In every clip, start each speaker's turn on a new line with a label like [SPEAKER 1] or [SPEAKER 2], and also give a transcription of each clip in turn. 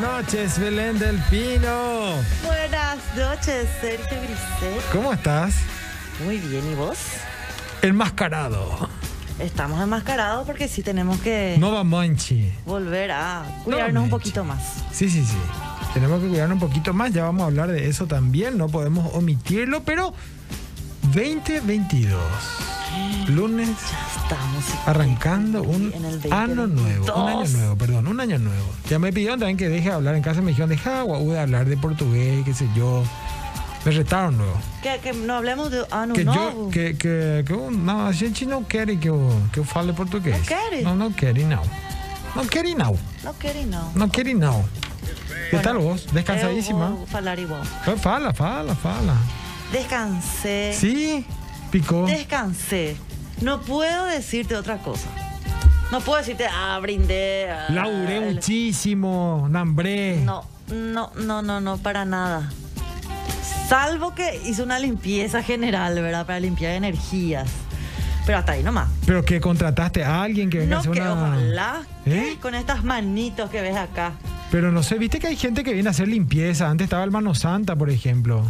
[SPEAKER 1] noches, Belén del Pino.
[SPEAKER 2] Buenas noches, Sergio Griset.
[SPEAKER 1] ¿Cómo estás?
[SPEAKER 2] Muy bien, ¿y vos?
[SPEAKER 1] Enmascarado.
[SPEAKER 2] Estamos enmascarados porque sí tenemos que
[SPEAKER 1] Nova Monchi.
[SPEAKER 2] volver a cuidarnos
[SPEAKER 1] Nuevamente.
[SPEAKER 2] un poquito más.
[SPEAKER 1] Sí, sí, sí. Tenemos que cuidarnos un poquito más. Ya vamos a hablar de eso también. No podemos omitirlo, pero 2022. Lunes
[SPEAKER 2] Estamos
[SPEAKER 1] Ah. arrancando un
[SPEAKER 2] en el
[SPEAKER 1] año
[SPEAKER 2] 2022.
[SPEAKER 1] nuevo. Un año nuevo, perdón, un año nuevo. Ya me pidieron también que deje de hablar en casa. Me dijeron, deja guau, de hablar de portugués, qué sé yo. Me retaron luego.
[SPEAKER 2] Que, que no hablemos de ano
[SPEAKER 1] que
[SPEAKER 2] novo.
[SPEAKER 1] eu que, que, que eu- não, a gente não quer que eu, que eu fale português.
[SPEAKER 2] Não querem?
[SPEAKER 1] Não, não querem não. Não querem não.
[SPEAKER 2] No quiere no.
[SPEAKER 1] Não querem não. Que tal vos?
[SPEAKER 2] Eu
[SPEAKER 1] Descansadíssima?
[SPEAKER 2] vou falar igual.
[SPEAKER 1] Fala, fala, fala.
[SPEAKER 2] Descansé.
[SPEAKER 1] Sí, picó.
[SPEAKER 2] Descansé. No puedo decirte otra cosa. No puedo decirte, ah, brindé. ah,
[SPEAKER 1] Lauré
[SPEAKER 2] el-
[SPEAKER 1] muchísimo, nambré.
[SPEAKER 2] No, no, no, no, no, para nada. Salvo que hice una limpieza general, ¿verdad? Para limpiar energías. Pero hasta ahí nomás.
[SPEAKER 1] Pero que contrataste a alguien que venga a
[SPEAKER 2] No,
[SPEAKER 1] hacer
[SPEAKER 2] que
[SPEAKER 1] una...
[SPEAKER 2] ojalá que
[SPEAKER 1] ¿Eh?
[SPEAKER 2] con estas manitos que ves acá.
[SPEAKER 1] Pero no sé, viste que hay gente que viene a hacer limpieza. Antes estaba el Mano Santa, por ejemplo.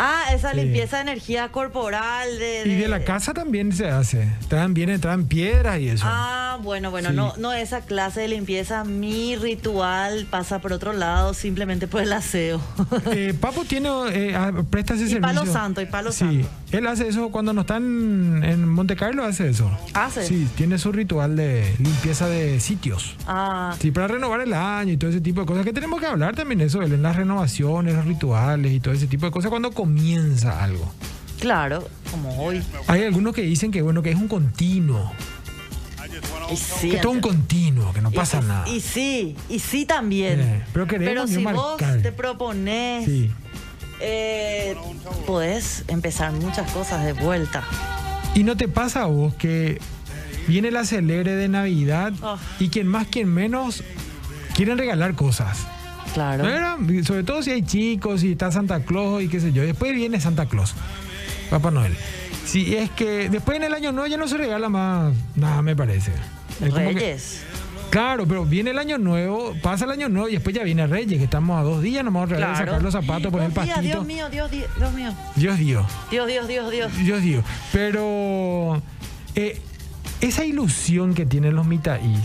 [SPEAKER 2] Ah, esa
[SPEAKER 1] Sí.
[SPEAKER 2] limpieza de energía corporal. De,
[SPEAKER 1] Y de la casa también se hace. Traen, vienen, traen piedras y eso.
[SPEAKER 2] Ah, bueno, bueno,
[SPEAKER 1] Sí.
[SPEAKER 2] no, no esa clase de limpieza. Mi ritual pasa por otro lado, simplemente por el aseo.
[SPEAKER 1] Eh, Papo tiene, eh, ah, presta ese
[SPEAKER 2] Y
[SPEAKER 1] servicio.
[SPEAKER 2] palo santo, y palo
[SPEAKER 1] sí,
[SPEAKER 2] santo.
[SPEAKER 1] él hace eso cuando no está en, en Monte Carlo, hace eso.
[SPEAKER 2] Ah, ¿Hace?
[SPEAKER 1] Sí, tiene su ritual de limpieza de sitios.
[SPEAKER 2] Ah,
[SPEAKER 1] Sí, para renovar el año y todo ese tipo de cosas. Que tenemos que hablar también eso, en las renovaciones, los rituales y todo ese tipo de cosas cuando comienza algo.
[SPEAKER 2] claro, como hoy.
[SPEAKER 1] Hay algunos que dicen que bueno, que es un continuo,
[SPEAKER 2] Y sí,
[SPEAKER 1] que todo un
[SPEAKER 2] entonces-
[SPEAKER 1] continuo, que no
[SPEAKER 2] Y
[SPEAKER 1] pasa
[SPEAKER 2] sí-
[SPEAKER 1] nada.
[SPEAKER 2] Y sí, y sí también.
[SPEAKER 1] Eh, pero queremos
[SPEAKER 2] Pero
[SPEAKER 1] ni
[SPEAKER 2] si
[SPEAKER 1] marcar.
[SPEAKER 2] vos te propones,
[SPEAKER 1] Sí.
[SPEAKER 2] eh, podés empezar muchas cosas de vuelta.
[SPEAKER 1] ¿Y no te pasa a vos que viene el acelere de Navidad
[SPEAKER 2] Ah.
[SPEAKER 1] y quien más, quien menos quieren regalar cosas?
[SPEAKER 2] Claro.
[SPEAKER 1] ¿No era? Sobre todo si hay chicos, si está Santa Claus y qué sé yo. Después viene Santa Claus, Papá Noel. Si es que después en el año nuevo ya no se regala más nada, me parece. Es como que-
[SPEAKER 2] Reyes.
[SPEAKER 1] claro, pero viene el año nuevo, pasa el año nuevo y después ya viene Reyes, que estamos a dos días, nos vamos a regalar,
[SPEAKER 2] Claro.
[SPEAKER 1] sacar los zapatos, poner el
[SPEAKER 2] Dos días,
[SPEAKER 1] pastito.
[SPEAKER 2] Dios mío, Dios, di- Dios mío.
[SPEAKER 1] Dios Dios.
[SPEAKER 2] Dios, Dios, Dios, Dios.
[SPEAKER 1] Yo digo, pero eh, esa ilusión que tienen los mitaís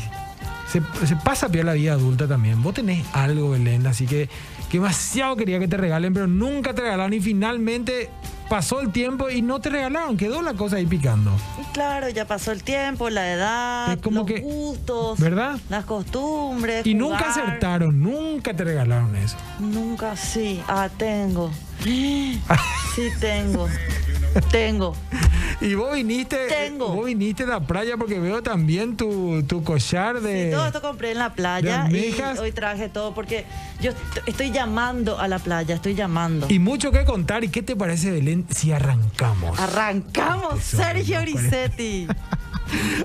[SPEAKER 1] se, se pasa a la vida adulta también. Vos tenés algo, Belén, así que, que demasiado quería que te regalen, pero nunca te regalaron y finalmente pasó el tiempo y no te regalaron. Quedó la cosa ahí picando.
[SPEAKER 2] Y Claro, ya pasó el tiempo, la edad,
[SPEAKER 1] Es como
[SPEAKER 2] los
[SPEAKER 1] que-
[SPEAKER 2] gustos,
[SPEAKER 1] ¿Verdad?
[SPEAKER 2] las costumbres.
[SPEAKER 1] Y nunca
[SPEAKER 2] jugar.
[SPEAKER 1] acertaron, nunca te regalaron eso.
[SPEAKER 2] Nunca sí. Ah, tengo. Sí, tengo. Tengo.
[SPEAKER 1] Y vos viniste,
[SPEAKER 2] Tengo.
[SPEAKER 1] vos viniste de la playa porque veo también tu, tu collar de...
[SPEAKER 2] Sí, todo esto compré en la playa
[SPEAKER 1] Eh, de
[SPEAKER 2] y
[SPEAKER 1] almejas.
[SPEAKER 2] hoy traje todo porque yo est- estoy llamando a la playa, estoy llamando.
[SPEAKER 1] Y mucho que contar. ¿Y qué te parece, Belén, si arrancamos?
[SPEAKER 2] Arrancamos,
[SPEAKER 1] Eso,
[SPEAKER 2] Sergio
[SPEAKER 1] no, pues.
[SPEAKER 2] Grisetti.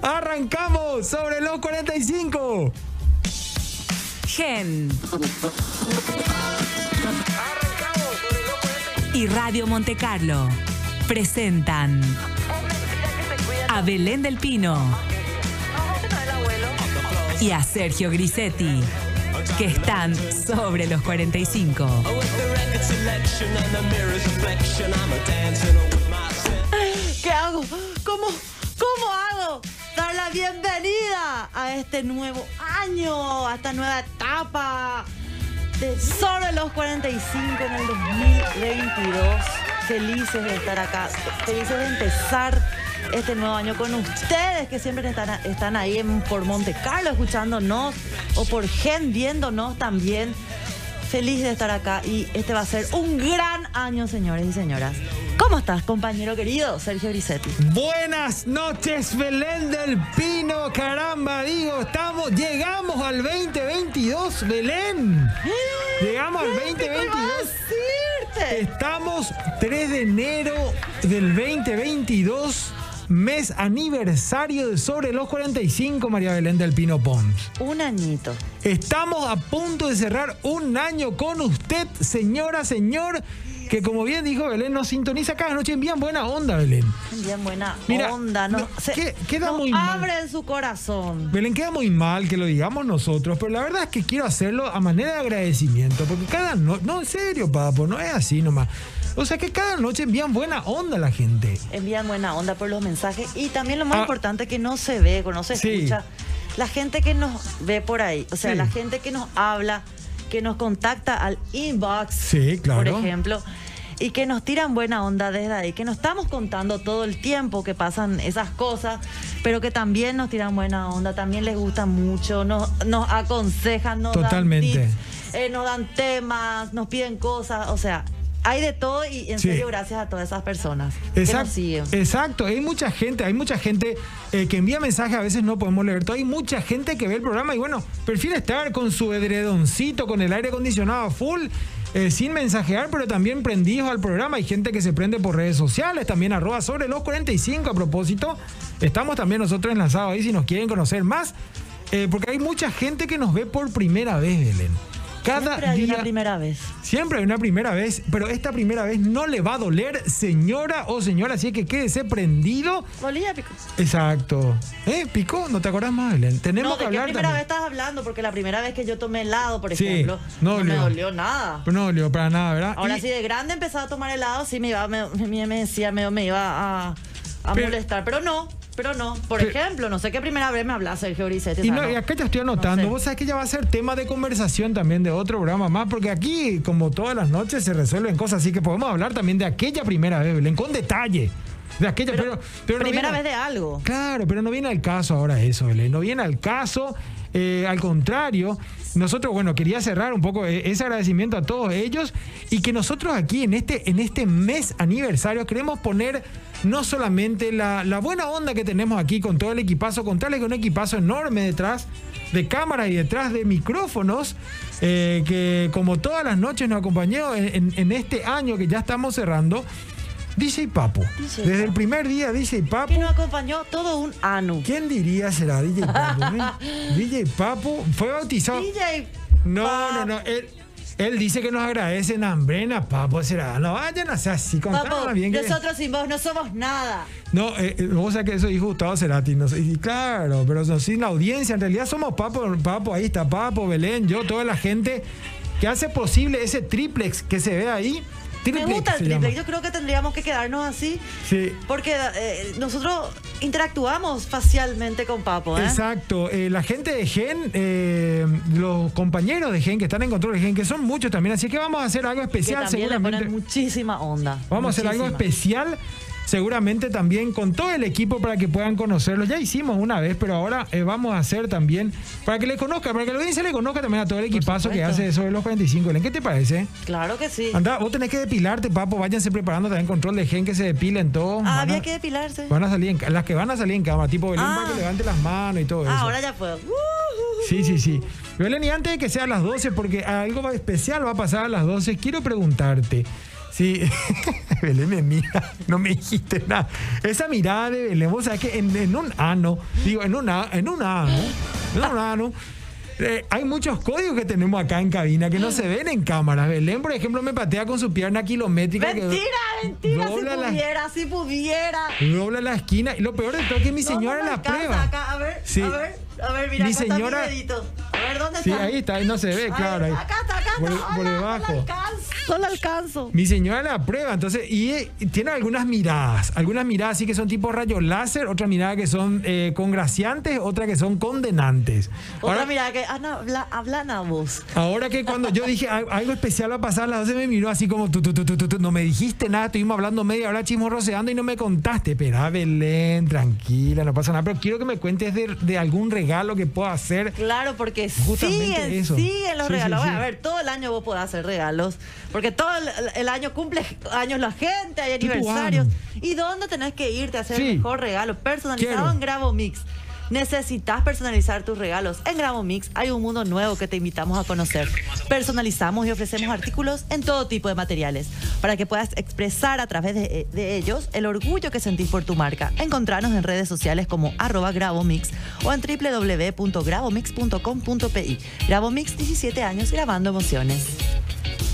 [SPEAKER 1] Arrancamos sobre los 45.
[SPEAKER 3] Gen. Y Radio Monte Carlo presentan a Belén del Pino y a Sergio Grisetti, que están sobre los 45.
[SPEAKER 2] ¿Qué hago? ¿Cómo, ¿Cómo hago? Dar la bienvenida a este nuevo año, a esta nueva etapa de Sobre los 45 en el 2022. Felices de estar acá, felices de empezar este nuevo año con ustedes que siempre están, están ahí en- por Monte Carlo escuchándonos o por Gen viéndonos también. Feliz de estar acá y este va a ser un gran año, señores y señoras. ¿Cómo estás, compañero querido Sergio Grisetti?
[SPEAKER 1] Buenas noches, Belén del Pino. Caramba, digo, estamos, llegamos al 2022, Belén. Llegamos al Eh.
[SPEAKER 2] ¿Qué
[SPEAKER 1] 2022.
[SPEAKER 2] iba a decirte?
[SPEAKER 1] Estamos 3 de enero del 2022, mes aniversario de Sobre los 45, María Belén del Pino Pons.
[SPEAKER 2] Un añito.
[SPEAKER 1] Estamos a punto de cerrar un año con usted, señora, señor. que como bien dijo Belén, nos sintoniza cada noche. Envían buena onda, Belén.
[SPEAKER 2] Bien buena
[SPEAKER 1] Mira,
[SPEAKER 2] onda, ¿no?
[SPEAKER 1] no, que- queda muy mal.
[SPEAKER 2] Abren su corazón.
[SPEAKER 1] Belén, queda muy mal que lo digamos nosotros, pero la verdad es que quiero hacerlo a manera de agradecimiento, porque cada noche, no, en serio, papo, no es así nomás. O sea que cada noche envían buena onda a la gente.
[SPEAKER 2] Envían buena onda por los mensajes y también lo más
[SPEAKER 1] Ah.
[SPEAKER 2] importante que no se ve, que no se
[SPEAKER 1] Sí.
[SPEAKER 2] escucha. La gente que nos ve por ahí, o sea,
[SPEAKER 1] Sí.
[SPEAKER 2] la gente que nos habla, que nos contacta al inbox,
[SPEAKER 1] Sí, claro.
[SPEAKER 2] por ejemplo, y que nos tiran buena onda desde ahí, que nos estamos contando todo el tiempo que pasan esas cosas, pero que también nos tiran buena onda, también les gusta mucho, nos, nos aconsejan, nos
[SPEAKER 1] Totalmente.
[SPEAKER 2] dan tips, eh, nos dan temas, nos piden cosas, o sea, hay de todo y en
[SPEAKER 1] Sí.
[SPEAKER 2] serio gracias a todas esas personas. Que nos
[SPEAKER 1] Exacto,
[SPEAKER 2] siguen.
[SPEAKER 1] exacto, hay mucha gente, hay mucha gente eh, que envía mensajes, a veces no podemos leer todo, hay mucha gente que ve el programa y bueno, prefiere estar con su edredoncito, con el aire acondicionado a full, eh, sin mensajear, pero también prendidos al programa, hay gente que se prende por redes sociales, también arroba sobre los 45 a propósito, estamos también nosotros enlazados ahí si nos quieren conocer más, eh, porque hay mucha gente que nos ve por primera vez, Belén. Cada
[SPEAKER 2] Siempre hay
[SPEAKER 1] día...
[SPEAKER 2] una primera vez.
[SPEAKER 1] Siempre hay una primera vez, pero esta primera vez no le va a doler, señora o señora, así que quédese prendido.
[SPEAKER 2] Bolilla, pico.
[SPEAKER 1] Exacto. ¿Eh, Pico? ¿No te acordás más, Belén? Tenemos
[SPEAKER 2] No,
[SPEAKER 1] que
[SPEAKER 2] ¿de qué
[SPEAKER 1] hablar
[SPEAKER 2] primera vez
[SPEAKER 1] también.
[SPEAKER 2] estás hablando? Porque la primera vez que yo tomé helado, por
[SPEAKER 1] Sí,
[SPEAKER 2] ejemplo,
[SPEAKER 1] no
[SPEAKER 2] me
[SPEAKER 1] dolió.
[SPEAKER 2] dolió nada.
[SPEAKER 1] Pero no Leo, para nada, ¿verdad?
[SPEAKER 2] Ahora
[SPEAKER 1] Y-
[SPEAKER 2] sí, de grande empezaba a tomar helado, sí me iba, me, me- me decía, me, me iba a, a
[SPEAKER 1] Pero-
[SPEAKER 2] molestar. Pero no, pero no. Por
[SPEAKER 1] Pero-
[SPEAKER 2] ejemplo, no sé qué primera vez me habla Sergio Grisetti.
[SPEAKER 1] Y,
[SPEAKER 2] o sea,
[SPEAKER 1] no,
[SPEAKER 2] no.
[SPEAKER 1] y acá te estoy anotando,
[SPEAKER 2] No sé.
[SPEAKER 1] vos sabés que ya va a ser tema de conversación también de otro programa más, porque aquí, como todas las noches, se resuelven cosas, así que podemos hablar también de aquella primera vez, Belén, con detalle. De aquella, pero,
[SPEAKER 2] Pero
[SPEAKER 1] pero no
[SPEAKER 2] primera
[SPEAKER 1] viene-
[SPEAKER 2] vez de algo.
[SPEAKER 1] Claro, pero no viene al caso ahora eso, Belén. No viene al caso. Eh, al contrario, nosotros, bueno, quería cerrar un poco eh, ese agradecimiento a todos ellos y que nosotros aquí en este, en este mes aniversario queremos poner no solamente la, la buena onda que tenemos aquí con todo el equipazo, contarles que un equipazo enorme detrás de cámaras y detrás de micrófonos, eh, que como todas las noches nos acompañó en- en- en este año que ya estamos cerrando, DJ Papo.
[SPEAKER 2] DJ
[SPEAKER 1] Desde el
[SPEAKER 2] Papo.
[SPEAKER 1] primer día, DJ Papo.
[SPEAKER 2] Que nos acompañó todo un anu.
[SPEAKER 1] ¿Quién diría será DJ Papo? eh? DJ Papo fue bautizado.
[SPEAKER 2] DJ.
[SPEAKER 1] No,
[SPEAKER 2] Papo.
[SPEAKER 1] no, no. Él, él dice que nos agradecen hambrena, Papo. Será. No vayan a ser así.
[SPEAKER 2] Papo,
[SPEAKER 1] Contanos bien que.
[SPEAKER 2] nosotros sin vos no somos nada.
[SPEAKER 1] No, eh, eh, o sea que eso dijo Gustavo Cerati. no sé, y claro, pero no, sin la audiencia. En realidad somos Papo, Papo. Ahí está Papo, Belén, yo, toda la gente que hace posible ese triplex que se ve ahí.
[SPEAKER 2] Me
[SPEAKER 1] Triplex
[SPEAKER 2] gusta el
[SPEAKER 1] se
[SPEAKER 2] triple.
[SPEAKER 1] llama.
[SPEAKER 2] Yo creo que tendríamos que quedarnos así.
[SPEAKER 1] Sí.
[SPEAKER 2] Porque eh, nosotros interactuamos facialmente con Papo, ¿eh?
[SPEAKER 1] Exacto. Eh, la gente de Gen, eh, los compañeros de Gen que están en control de Gen, que son muchos también, así que vamos a hacer algo
[SPEAKER 2] Que
[SPEAKER 1] especial
[SPEAKER 2] también le
[SPEAKER 1] seguramente.
[SPEAKER 2] ponen muchísima onda.
[SPEAKER 1] Vamos a hacer algo
[SPEAKER 2] muchísima.
[SPEAKER 1] especial seguramente también con todo el equipo para que puedan conocerlo. Ya hicimos una vez, pero ahora eh, vamos a hacer también para que le conozca, para que la audiencia le conozca también a todo el equipazo que
[SPEAKER 2] supuesto.
[SPEAKER 1] hace sobre los 45. Belén, ¿Qué te parece?
[SPEAKER 2] Claro que sí.
[SPEAKER 1] Anda, vos tenés que depilarte, papo. Váyanse preparando también control de gen que se depilen todo.
[SPEAKER 2] Ah,
[SPEAKER 1] Van a-
[SPEAKER 2] había que depilarse.
[SPEAKER 1] Van a salir en ca- las que van a salir en cámara, tipo Belén,
[SPEAKER 2] Ah.
[SPEAKER 1] para que levante las manos y todo
[SPEAKER 2] Ah,
[SPEAKER 1] eso.
[SPEAKER 2] ahora ya puedo. Uh,
[SPEAKER 1] Sí, sí, sí. Belén, y antes de que sea a las 12, porque algo va- especial va a pasar a las 12, quiero preguntarte. Sí, Belén me mira, no me dijiste nada. Esa mirada de Belén, vos sabés que en, en un ano, digo, en un, a- en un ano, en un ano, eh, hay muchos códigos que tenemos acá en cabina que no se ven en cámaras. Belén, por ejemplo, me patea con su pierna kilométrica. que
[SPEAKER 2] mentira, mentira. Si
[SPEAKER 1] Dobla la-
[SPEAKER 2] pudiera, si pudiera.
[SPEAKER 1] dobla la esquina. Y lo peor de todo es que mi señora
[SPEAKER 2] No, no me
[SPEAKER 1] la
[SPEAKER 2] alcanza
[SPEAKER 1] prueba.
[SPEAKER 2] Acá. A ver,
[SPEAKER 1] Sí.
[SPEAKER 2] a ver, a ver, mira,
[SPEAKER 1] Mi
[SPEAKER 2] acá
[SPEAKER 1] señora-
[SPEAKER 2] está mi dedito. A ver, ¿dónde
[SPEAKER 1] Sí,
[SPEAKER 2] está?
[SPEAKER 1] ahí está, ahí no se ve,
[SPEAKER 2] Ay,
[SPEAKER 1] claro. ahí.
[SPEAKER 2] Acá está, acá está.
[SPEAKER 1] Por, por
[SPEAKER 2] Hola,
[SPEAKER 1] debajo.
[SPEAKER 2] No la alcanzo. No la alcanzo.
[SPEAKER 1] Mi señora la prueba, entonces, y, eh, tiene algunas miradas, algunas miradas sí que son tipo rayo láser, otras miradas que son eh, congraciantes, otras que son condenantes.
[SPEAKER 2] Ahora
[SPEAKER 1] Ahora,
[SPEAKER 2] mira, que Ana, habla, hablan a vos.
[SPEAKER 1] ahora que cuando yo dije "Al- algo especial va a pasar, las 12 me miró así como tú, tú, tú, tú, tú, tú, no me dijiste nada, estuvimos hablando media hora chismorroceando y no me contaste. Pero Belén, tranquila, no pasa nada, pero quiero que me cuentes de, de algún regalo que pueda hacer.
[SPEAKER 2] Claro, porque
[SPEAKER 1] Justamente
[SPEAKER 2] siguen,
[SPEAKER 1] eso.
[SPEAKER 2] siguen los
[SPEAKER 1] Sí,
[SPEAKER 2] regalos.
[SPEAKER 1] sí, sí.
[SPEAKER 2] Bueno, A ver, todo el año vos podés hacer regalos, porque todo el, el año cumple años la gente, hay
[SPEAKER 1] Tutu
[SPEAKER 2] aniversarios.
[SPEAKER 1] año.
[SPEAKER 2] ¿Y dónde tenés que irte a hacer
[SPEAKER 1] Sí.
[SPEAKER 2] el mejor regalo? Personalizado
[SPEAKER 1] Quiero.
[SPEAKER 2] en Grabo Mix. Necesitas personalizar tus regalos. En Grabo Mix hay un mundo nuevo que te invitamos a conocer. Personalizamos y ofrecemos artículos en todo tipo de materiales para que puedas expresar a través de, de ellos el orgullo que sentís por tu marca. Encontranos en redes sociales como arroba grabomix o en www.grabomix.com.pi. Grabomix 17 años grabando emociones.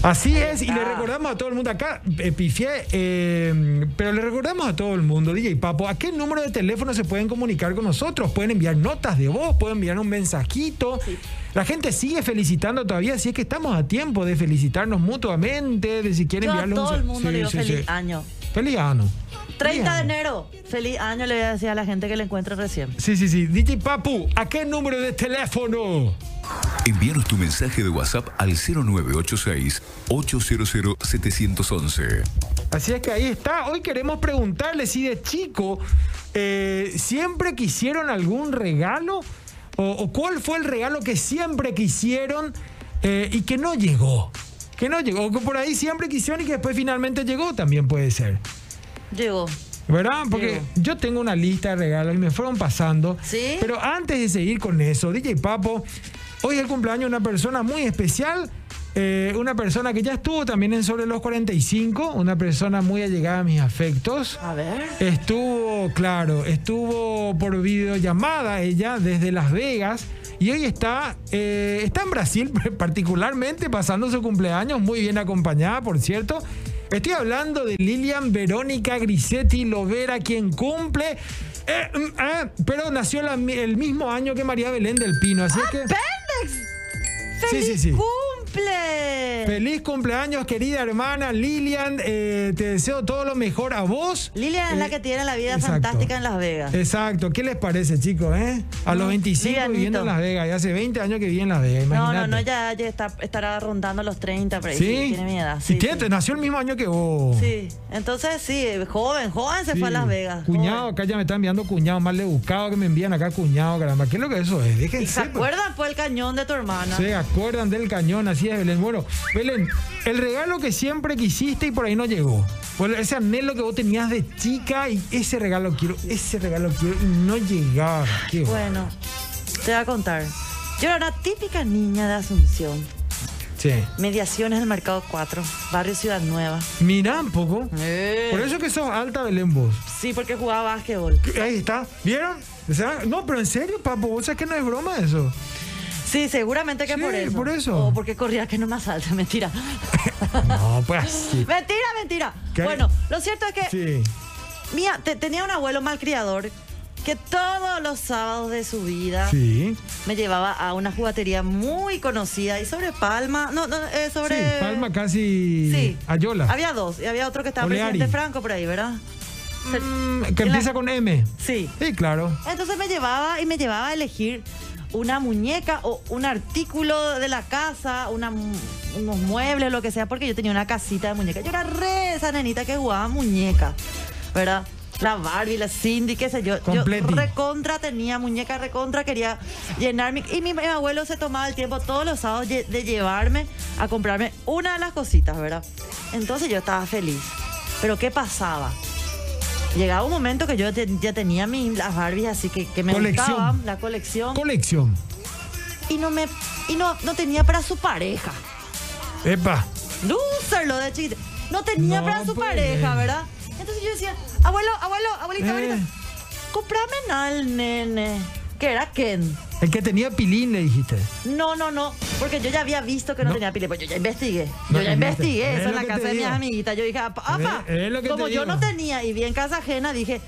[SPEAKER 1] Así es, y le recordamos a todo el mundo acá, eh, pifié, eh, pero le recordamos a todo el mundo, DJ Papo, ¿a qué número de teléfono se pueden comunicar con nosotros? Pueden enviar notas de voz, pueden enviar un mensajito. La gente sigue felicitando todavía, así es que estamos a tiempo de felicitarnos mutuamente, de si quieren
[SPEAKER 2] Yo a
[SPEAKER 1] enviarle un
[SPEAKER 2] todo el
[SPEAKER 1] sa-
[SPEAKER 2] mundo
[SPEAKER 1] Sí,
[SPEAKER 2] le digo
[SPEAKER 1] sí,
[SPEAKER 2] feliz
[SPEAKER 1] sí.
[SPEAKER 2] año.
[SPEAKER 1] Feliz año.
[SPEAKER 2] 30 de
[SPEAKER 1] Feliz año.
[SPEAKER 2] enero. Feliz año le voy a decir a la gente que le encuentre recién.
[SPEAKER 1] Sí, sí, sí. DJ Papu, ¿a qué número de teléfono?
[SPEAKER 4] Envíanos tu mensaje de WhatsApp al 0986-800-711.
[SPEAKER 1] Así es que ahí está. Hoy queremos preguntarle si de chico eh, siempre quisieron algún regalo o, o cuál fue el regalo que siempre quisieron eh, y que no llegó. Que no llegó. O que por ahí siempre quisieron y que después finalmente llegó también puede ser.
[SPEAKER 2] Llegó.
[SPEAKER 1] ¿Verdad? Porque
[SPEAKER 2] Llegó.
[SPEAKER 1] yo tengo una lista de regalos y me fueron pasando.
[SPEAKER 2] ¿Sí?
[SPEAKER 1] Pero antes de seguir con eso, DJ Papo, hoy es el cumpleaños de una persona muy especial. eh, una persona que ya estuvo también en Sobre los 45, una persona muy allegada a mis afectos.
[SPEAKER 2] A ver.
[SPEAKER 1] Estuvo, claro, estuvo por videollamada ella desde Las Vegas y hoy está, eh, está en Brasil particularmente pasando su cumpleaños, muy bien acompañada, por cierto. Estoy hablando de Lilian Verónica Grisetti Lovera, quien cumple, eh, mm, ah, pero nació la mi- el mismo año que María Belén del Pino, así es que...
[SPEAKER 2] ¡Péndex!
[SPEAKER 1] Sí,
[SPEAKER 2] ¡Feliz
[SPEAKER 1] sí, sí.
[SPEAKER 2] cumple!
[SPEAKER 1] Feliz cumpleaños, querida hermana Lilian. eh, te deseo todo lo mejor a vos.
[SPEAKER 2] Lilian es
[SPEAKER 1] Eh,
[SPEAKER 2] la que tiene la vida
[SPEAKER 1] exacto. Eh,
[SPEAKER 2] fantástica en Las Vegas.
[SPEAKER 1] Exacto, ¿qué les parece, chicos? eh? A los
[SPEAKER 2] Mm,
[SPEAKER 1] 25
[SPEAKER 2] Lilianito.
[SPEAKER 1] viviendo en Las Vegas, y hace 20 años que vive en Las Vegas,
[SPEAKER 2] No,
[SPEAKER 1] imagínate.
[SPEAKER 2] no, no, ya, ya está, estará rondando los 30, por ahí.
[SPEAKER 1] ¿Sí?
[SPEAKER 2] tiene mi edad.
[SPEAKER 1] Y
[SPEAKER 2] Sí,
[SPEAKER 1] tiene-
[SPEAKER 2] sí.
[SPEAKER 1] nació el mismo año que vos.
[SPEAKER 2] Sí, entonces sí, joven, joven se
[SPEAKER 1] Sí.
[SPEAKER 2] fue a Las Vegas.
[SPEAKER 1] Cuñado,
[SPEAKER 2] joven.
[SPEAKER 1] acá ya me están enviando cuñado, mal de buscado que me envían acá cuñado, caramba. ¿Qué es lo que eso es?
[SPEAKER 2] ¿Y
[SPEAKER 1] Déjense. pues.
[SPEAKER 2] ¿Se acuerdan? Fue el cañón de tu hermana.
[SPEAKER 1] Se acuerdan del cañón, así es, Belén. Bueno, Belén, el regalo que siempre quisiste y por ahí no llegó. Bueno, ese anhelo que vos tenías de chica y ese regalo quiero, ese regalo quiero y no llegaba. Qué bueno.
[SPEAKER 2] Bueno, te voy a contar. Yo era una típica niña de Asunción.
[SPEAKER 1] Sí.
[SPEAKER 2] Mediaciones del Mercado 4, Barrio Ciudad Nueva.
[SPEAKER 1] Mirá un poco.
[SPEAKER 2] Eh.
[SPEAKER 1] Por eso que sos alta, Belén, vos.
[SPEAKER 2] Sí, porque jugaba básquetbol.
[SPEAKER 1] Ahí está. ¿Vieron? O sea, no, pero en serio, papo, vos sabés que no es broma eso.
[SPEAKER 2] Sí, seguramente que
[SPEAKER 1] Sí,
[SPEAKER 2] por eso.
[SPEAKER 1] por eso.
[SPEAKER 2] O porque corría que no me asalta, mentira.
[SPEAKER 1] No, pues así.
[SPEAKER 2] mentira, mentira.
[SPEAKER 1] ¿Qué?
[SPEAKER 2] Bueno, lo cierto es que
[SPEAKER 1] Sí.
[SPEAKER 2] mía, te- tenía un abuelo malcriador que todos los sábados de su vida
[SPEAKER 1] Sí.
[SPEAKER 2] me llevaba a una jugatería muy conocida y sobre Palma, no, no, eh,
[SPEAKER 1] Sí,
[SPEAKER 2] sobre...
[SPEAKER 1] Palma casi
[SPEAKER 2] Sí.
[SPEAKER 1] Ayola.
[SPEAKER 2] Había dos, y había otro que estaba
[SPEAKER 1] Oleari.
[SPEAKER 2] presidente Franco por ahí, ¿verdad? Se-
[SPEAKER 1] Mm, que
[SPEAKER 2] en la-
[SPEAKER 1] empieza con M.
[SPEAKER 2] Sí.
[SPEAKER 1] Sí, claro.
[SPEAKER 2] Entonces me llevaba y me llevaba a elegir una muñeca o un artículo de la casa, una mu- unos muebles, lo que sea, porque yo tenía una casita de muñeca. Yo era re esa nenita que jugaba muñeca, ¿verdad? La Barbie, la Cindy, qué sé yo.
[SPEAKER 1] Completi.
[SPEAKER 2] Yo recontra tenía muñeca, recontra quería llenarme. Y mi, mi abuelo se tomaba el tiempo todos los sábados lle- de llevarme a comprarme una de las cositas, ¿verdad? Entonces yo estaba feliz. Pero ¿qué pasaba? Llegaba un momento que yo te- ya tenía mis, las Barbies, así que, que me
[SPEAKER 1] Colección.
[SPEAKER 2] gustaban, la colección,
[SPEAKER 1] Colección.
[SPEAKER 2] y no me y no, no tenía para su pareja.
[SPEAKER 1] Epa.
[SPEAKER 2] Loser lo de chiquita. No tenía
[SPEAKER 1] No,
[SPEAKER 2] para su
[SPEAKER 1] pues.
[SPEAKER 2] pareja, ¿verdad? Entonces yo decía, abuelo, abuelo, abuelita,
[SPEAKER 1] Eh.
[SPEAKER 2] abuelita, comprame al nene, que era Ken.
[SPEAKER 1] El que tenía pilín, le dijiste.
[SPEAKER 2] No, no, no, porque yo ya había visto que no,
[SPEAKER 1] No.
[SPEAKER 2] tenía pile, pues yo ya investigué.
[SPEAKER 1] No,
[SPEAKER 2] yo ya
[SPEAKER 1] es
[SPEAKER 2] investigué
[SPEAKER 1] lo
[SPEAKER 2] eso en
[SPEAKER 1] que
[SPEAKER 2] la
[SPEAKER 1] te
[SPEAKER 2] casa de mis
[SPEAKER 1] digo.
[SPEAKER 2] amiguitas. Yo dije, "Apa,
[SPEAKER 1] Es-
[SPEAKER 2] apa,
[SPEAKER 1] es lo que
[SPEAKER 2] como
[SPEAKER 1] te
[SPEAKER 2] yo
[SPEAKER 1] digo.
[SPEAKER 2] no tenía y vi en casa ajena, dije,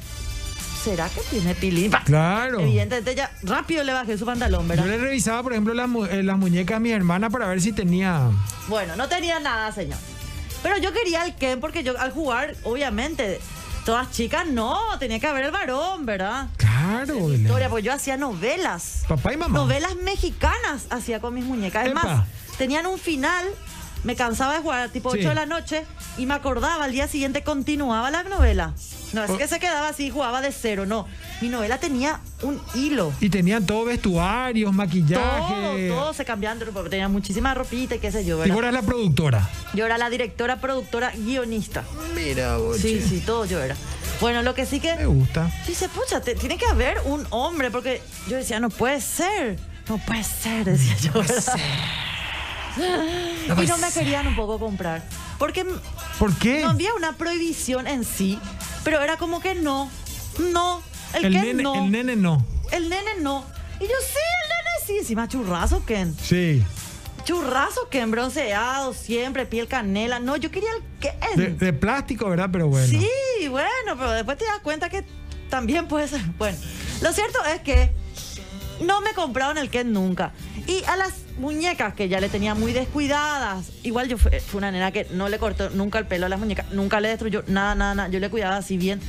[SPEAKER 2] ¿será que tiene pilín? Pa.
[SPEAKER 1] Claro.
[SPEAKER 2] Evidentemente ya rápido le bajé su pantalón,
[SPEAKER 1] Oh. Yo
[SPEAKER 2] ¿verdad?
[SPEAKER 1] le revisaba, por ejemplo, las, mu- eh, las muñecas a mi hermana para ver si tenía.
[SPEAKER 2] Bueno, no tenía nada, señor. Pero yo quería al Ken porque yo al jugar, obviamente, todas chicas no, tenía que haber el varón, ¿verdad?
[SPEAKER 1] Claro, Belén.
[SPEAKER 2] Historia, pues yo hacía novelas.
[SPEAKER 1] Papá y mamá.
[SPEAKER 2] novelas mexicanas hacía con mis muñecas. Es
[SPEAKER 1] Epa.
[SPEAKER 2] más, tenían un final, me cansaba de jugar tipo
[SPEAKER 1] Sí.
[SPEAKER 2] 8 de la noche y me acordaba, al día siguiente continuaba la novela. No es
[SPEAKER 1] Oh.
[SPEAKER 2] que se quedaba así, jugaba de cero, no. Mi novela tenía un hilo.
[SPEAKER 1] Y tenían todo vestuarios, maquillaje.
[SPEAKER 2] Todo, todo se cambiaban de ropa, tenía muchísima ropita y qué sé yo,
[SPEAKER 1] Y
[SPEAKER 2] ¿verdad?
[SPEAKER 1] vos eras la productora.
[SPEAKER 2] Yo era la directora, productora, guionista. Mira, Sí, sí, todo yo era. Bueno, lo que sí que...
[SPEAKER 1] Me gusta.
[SPEAKER 2] Yo Dice, pucha, te- tiene que haber un hombre, porque yo decía, no puede ser, no puede ser, decía yo. ¿verdad? y no me querían un poco comprar, porque m-
[SPEAKER 1] ¿Por qué?
[SPEAKER 2] no había una prohibición en sí, pero era como que no, no, el,
[SPEAKER 1] el,
[SPEAKER 2] Ken
[SPEAKER 1] nene,
[SPEAKER 2] no,
[SPEAKER 1] el nene no.
[SPEAKER 2] el nene no. Y yo, sí, el nene sí, encima churrazo, Ken.
[SPEAKER 1] Sí.
[SPEAKER 2] Churrazo que en bronceado, siempre, piel canela. No, yo quería el Ken.
[SPEAKER 1] De, de plástico, ¿verdad? Pero bueno.
[SPEAKER 2] Sí, bueno, pero después te das cuenta que también puede ser. Bueno, lo cierto es que no me compraron el Ken nunca. Y a las muñecas que ya le tenía muy descuidadas, igual yo fue, fue una nena que no le cortó nunca el pelo a las muñecas, nunca le destruyó nada, nada, nada. Yo le cuidaba así bien.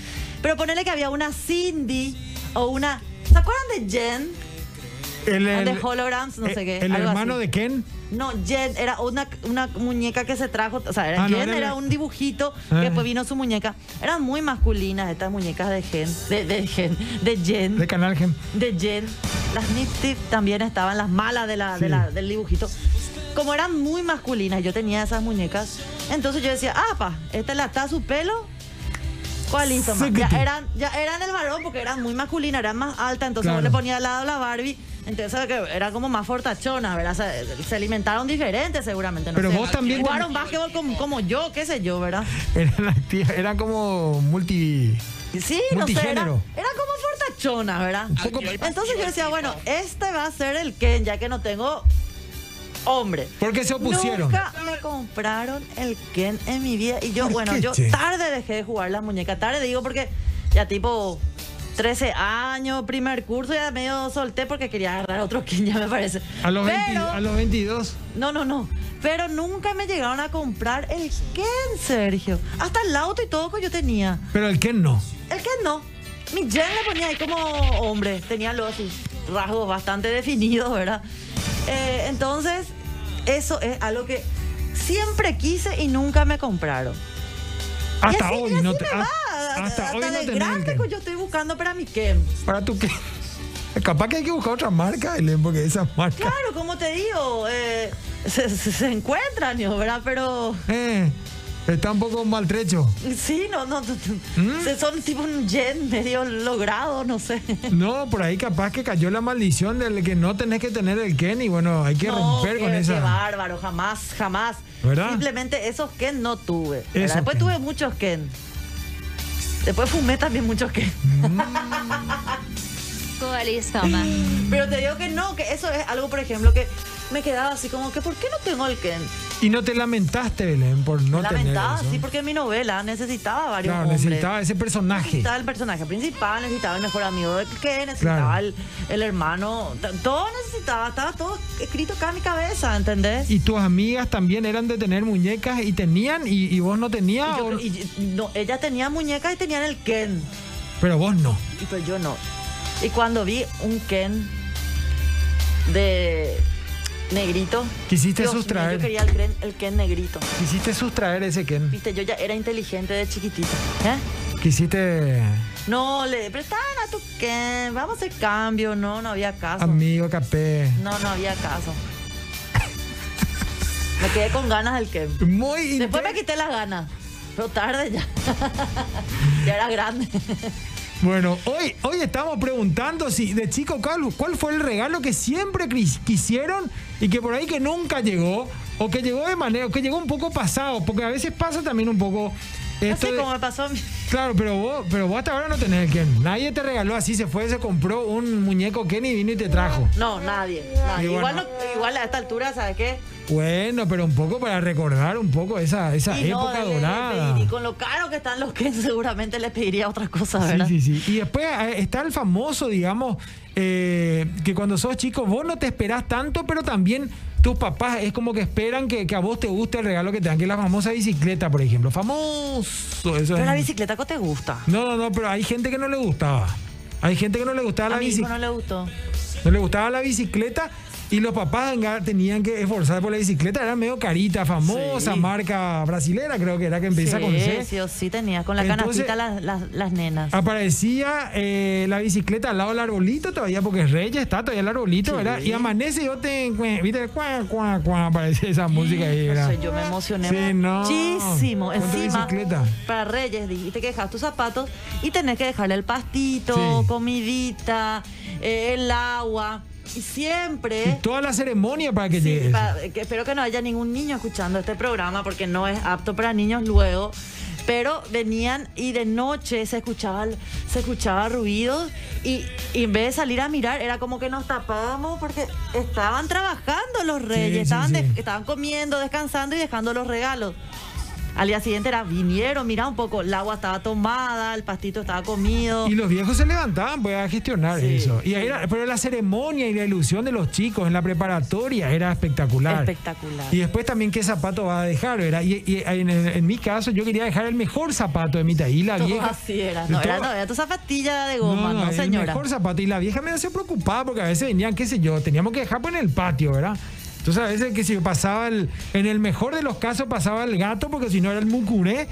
[SPEAKER 2] Pero ponele que había una Cindy o una. ¿Se acuerdan de Jen?
[SPEAKER 1] El,
[SPEAKER 2] Ah,
[SPEAKER 1] el-
[SPEAKER 2] de Holograms, no
[SPEAKER 1] eh,
[SPEAKER 2] sé qué.
[SPEAKER 1] el
[SPEAKER 2] algo
[SPEAKER 1] hermano
[SPEAKER 2] así.
[SPEAKER 1] de Ken.
[SPEAKER 2] No, Jen era una, una muñeca que se trajo, o sea, era
[SPEAKER 1] Ah, no,
[SPEAKER 2] Jen
[SPEAKER 1] era
[SPEAKER 2] era,
[SPEAKER 1] la-
[SPEAKER 2] un dibujito
[SPEAKER 1] Ah.
[SPEAKER 2] que después vino su muñeca. Eran muy masculinas estas muñecas de Gen, de, de Gen, de Jen,
[SPEAKER 1] De Canal Gen.
[SPEAKER 2] de Jen. Las Nifty también estaban, las malas de la, de
[SPEAKER 1] Sí.
[SPEAKER 2] la- del dibujito. Como eran muy masculinas, yo tenía esas muñecas. Entonces yo decía, ah, pa, esta la está su pelo. ¿Cuál hizo más? Ya
[SPEAKER 1] Sáquete.
[SPEAKER 2] eran, ya eran el varón porque eran muy masculinas, eran más altas, entonces
[SPEAKER 1] Claro.
[SPEAKER 2] vos le ponías al lado la Barbie, entonces que era como más fortachona, ¿verdad? Se, se alimentaron diferente seguramente. No
[SPEAKER 1] Pero
[SPEAKER 2] sé.
[SPEAKER 1] vos también-
[SPEAKER 2] Jugaron básquetbol como, como yo, qué sé yo, ¿verdad?
[SPEAKER 1] Eran, acti- eran como multi.
[SPEAKER 2] Sí, no sé, era, era
[SPEAKER 1] Multigénero.
[SPEAKER 2] como fortachona, ¿verdad?
[SPEAKER 1] poco-
[SPEAKER 2] Entonces yo decía, bueno, este va a ser el Ken, ya que no tengo hombre.
[SPEAKER 1] Porque se opusieron.
[SPEAKER 2] Nunca me compraron el Ken en mi vida. Y yo,
[SPEAKER 1] ¿Por
[SPEAKER 2] bueno,
[SPEAKER 1] qué,
[SPEAKER 2] yo
[SPEAKER 1] che?
[SPEAKER 2] tarde dejé de jugar las muñecas. Tarde digo porque ya tipo 13 años, primer curso, ya medio solté porque quería agarrar otro Ken, ya me parece.
[SPEAKER 1] A los, 20
[SPEAKER 2] Pero-
[SPEAKER 1] a los 22.
[SPEAKER 2] no, no, no. Pero nunca me llegaron a comprar el Ken, Sergio. Hasta el auto y todo que yo tenía.
[SPEAKER 1] Pero el Ken no.
[SPEAKER 2] El Ken no. Mi Jen le ponía ahí como hombre. Tenía los sus rasgos bastante definidos, ¿verdad? Eh, entonces, eso es algo que siempre quise y nunca me compraron. Y
[SPEAKER 1] Hasta
[SPEAKER 2] así- y
[SPEAKER 1] hoy
[SPEAKER 2] así
[SPEAKER 1] no
[SPEAKER 2] me
[SPEAKER 1] te.
[SPEAKER 2] va.
[SPEAKER 1] hasta, hasta hoy
[SPEAKER 2] de
[SPEAKER 1] no tenés el
[SPEAKER 2] grande
[SPEAKER 1] Ken.
[SPEAKER 2] que yo estoy buscando para mi Ken.
[SPEAKER 1] Para tu Ken. Capaz que hay que buscar otra marca, Elen, porque esa marca.
[SPEAKER 2] Claro, como te digo, eh, se, se- se encuentran, ¿no? ¿verdad? Pero...
[SPEAKER 1] Eh, está un poco maltrecho.
[SPEAKER 2] Sí, no, no, no, no.
[SPEAKER 1] Mm.
[SPEAKER 2] Se- son tipo un yen medio logrado, no sé.
[SPEAKER 1] No, por ahí capaz que cayó la maldición del que no tenés que tener el Ken y bueno, hay que
[SPEAKER 2] No,
[SPEAKER 1] romper
[SPEAKER 2] qué-
[SPEAKER 1] con
[SPEAKER 2] qué
[SPEAKER 1] esa.
[SPEAKER 2] bárbaro, jamás, jamás.
[SPEAKER 1] ¿Verdad?
[SPEAKER 2] Simplemente esos Ken no tuve. ¿verdad?
[SPEAKER 1] Esos
[SPEAKER 2] Después
[SPEAKER 1] Ken.
[SPEAKER 2] tuve muchos Ken. Después fumé también muchos Ken.
[SPEAKER 5] Coalizoma.
[SPEAKER 2] Pero te digo que no, que eso es algo, por ejemplo, que me quedaba así como que ¿por qué no tengo el Ken?
[SPEAKER 1] Y no te lamentaste, Belén, por no
[SPEAKER 2] Lamentaba,
[SPEAKER 1] tener eso.
[SPEAKER 2] sí, porque en mi novela necesitaba varios
[SPEAKER 1] Claro,
[SPEAKER 2] hombres.
[SPEAKER 1] necesitaba ese personaje.
[SPEAKER 2] Necesitaba el personaje principal, necesitaba el mejor amigo de que necesitaba
[SPEAKER 1] Claro.
[SPEAKER 2] el, el hermano, t- todo necesitaba, estaba todo escrito acá en mi cabeza, ¿entendés?
[SPEAKER 1] Y tus amigas también eran de tener muñecas y tenían y, y vos no tenías,
[SPEAKER 2] Y yo
[SPEAKER 1] o-
[SPEAKER 2] creo- y- y- no, ella tenía muñecas y tenían el Ken,
[SPEAKER 1] pero vos no.
[SPEAKER 2] y pero yo no. Y cuando vi un Ken de negrito,
[SPEAKER 1] Quisiste
[SPEAKER 2] Dios mío,
[SPEAKER 1] sustraer.
[SPEAKER 2] Yo quería el Ken, el Ken negrito.
[SPEAKER 1] Quisiste sustraer ese Ken.
[SPEAKER 2] Viste, yo ya era inteligente de chiquitita. ¿eh?
[SPEAKER 1] Quisiste,
[SPEAKER 2] No, le prestaban a tu Ken, vamos a hacer cambio, no, no había caso.
[SPEAKER 1] amigo capé.
[SPEAKER 2] No, no había caso. Me quedé con ganas del que.
[SPEAKER 1] Muy
[SPEAKER 2] Después me
[SPEAKER 1] inte-
[SPEAKER 2] quité las ganas. Pero tarde ya. ya era grande.
[SPEAKER 1] Bueno, hoy, hoy estamos preguntando si de chico Carlos, ¿cuál fue el regalo que siempre cri- quisieron y que por ahí que nunca llegó? O que llegó de manera, o que llegó un poco pasado, porque a veces pasa también un poco esto.
[SPEAKER 2] Así
[SPEAKER 1] de-
[SPEAKER 2] como me pasó a mí.
[SPEAKER 1] Claro, pero vos, pero vos hasta ahora no tenés el Ken. Nadie te regaló así, se fue, se compró un muñeco Ken y vino y te trajo.
[SPEAKER 2] No, nadie. nadie.
[SPEAKER 1] Y
[SPEAKER 2] Igual,
[SPEAKER 1] bueno.
[SPEAKER 2] no- igual a esta altura, ¿sabes qué?
[SPEAKER 1] Bueno, pero un poco para recordar un poco esa, esa
[SPEAKER 2] Y no,
[SPEAKER 1] época
[SPEAKER 2] le- le
[SPEAKER 1] dorada.
[SPEAKER 2] pediría- con lo caro que están los que seguramente les pediría otra cosa,
[SPEAKER 1] Sí,
[SPEAKER 2] ¿verdad?
[SPEAKER 1] sí, sí. Y después eh, está el famoso, digamos, eh, que cuando sos chico vos no te esperás tanto, pero también tus papás es como que esperan que, que a vos te guste el regalo que te dan, que es la famosa bicicleta, por ejemplo. Famoso. Eso
[SPEAKER 2] Pero
[SPEAKER 1] es-
[SPEAKER 2] la bicicleta ¿cómo te gusta.
[SPEAKER 1] No, no, no, pero hay gente que no le gustaba. Hay gente que no le gustaba
[SPEAKER 2] A
[SPEAKER 1] la
[SPEAKER 2] mi hijo
[SPEAKER 1] bicicleta.
[SPEAKER 2] no le gustó.
[SPEAKER 1] No le gustaba la bicicleta y los papás enga- tenían que esforzar por la bicicleta. Era medio carita, famosa,
[SPEAKER 2] Sí.
[SPEAKER 1] marca brasilera, creo que era que empieza con C.
[SPEAKER 2] sí, sí, o sí tenía. Con la
[SPEAKER 1] Entonces- Ah,
[SPEAKER 2] canastita las, las, las nenas.
[SPEAKER 1] Aparecía eh, la bicicleta al lado del arbolito todavía, porque es rey, ya está todavía el arbolito,
[SPEAKER 2] Sí.
[SPEAKER 1] ¿verdad? Y amanece y yo te. Viste, cuá, cuá, cuá, aparece esa música ahí,
[SPEAKER 2] No
[SPEAKER 1] ¿verdad?
[SPEAKER 2] sé, yo me emocioné
[SPEAKER 1] Sí, no.
[SPEAKER 2] muchísimo.
[SPEAKER 1] Con tu
[SPEAKER 2] Encima,
[SPEAKER 1] bicicleta.
[SPEAKER 2] para Reyes dijiste que dejas tus zapatos y tenés que dejarle el pastito,
[SPEAKER 1] Sí.
[SPEAKER 2] comidita, eh, el agua. y
[SPEAKER 1] Y
[SPEAKER 2] siempre.
[SPEAKER 1] toda la ceremonia para que
[SPEAKER 2] Sí,
[SPEAKER 1] llegue. eso.
[SPEAKER 2] pa- que espero que no haya ningún niño escuchando este programa porque no es apto para niños luego. Pero venían y de noche se escuchaba, se escuchaba ruidos y, y en vez de salir a mirar era como que nos tapábamos porque estaban trabajando los reyes,
[SPEAKER 1] sí,
[SPEAKER 2] estaban, de-
[SPEAKER 1] sí.
[SPEAKER 2] estaban comiendo, descansando y dejando los regalos. Al día siguiente era, vinieron, mira un poco, el agua estaba tomada, el pastito estaba comido.
[SPEAKER 1] Y los viejos se levantaban pues, a gestionar
[SPEAKER 2] Sí,
[SPEAKER 1] eso. Y ahí era- pero la ceremonia y la ilusión de los chicos en la preparatoria era espectacular.
[SPEAKER 2] Espectacular.
[SPEAKER 1] Y después también qué zapato vas a dejar. Era, y, y en, en mi caso yo quería dejar el mejor zapato de mi talla. Y la
[SPEAKER 2] Todo
[SPEAKER 1] vieja...
[SPEAKER 2] así era, no, era,
[SPEAKER 1] todo-
[SPEAKER 2] no, era tu zapatilla de goma, no,
[SPEAKER 1] El
[SPEAKER 2] señora.
[SPEAKER 1] mejor zapato. Y la vieja me hacía preocupada porque a veces venían, qué sé yo, teníamos que dejar pues en el patio, ¿verdad? Entonces a veces que si pasaba el, en el mejor de los casos pasaba el gato porque si no era el mucuré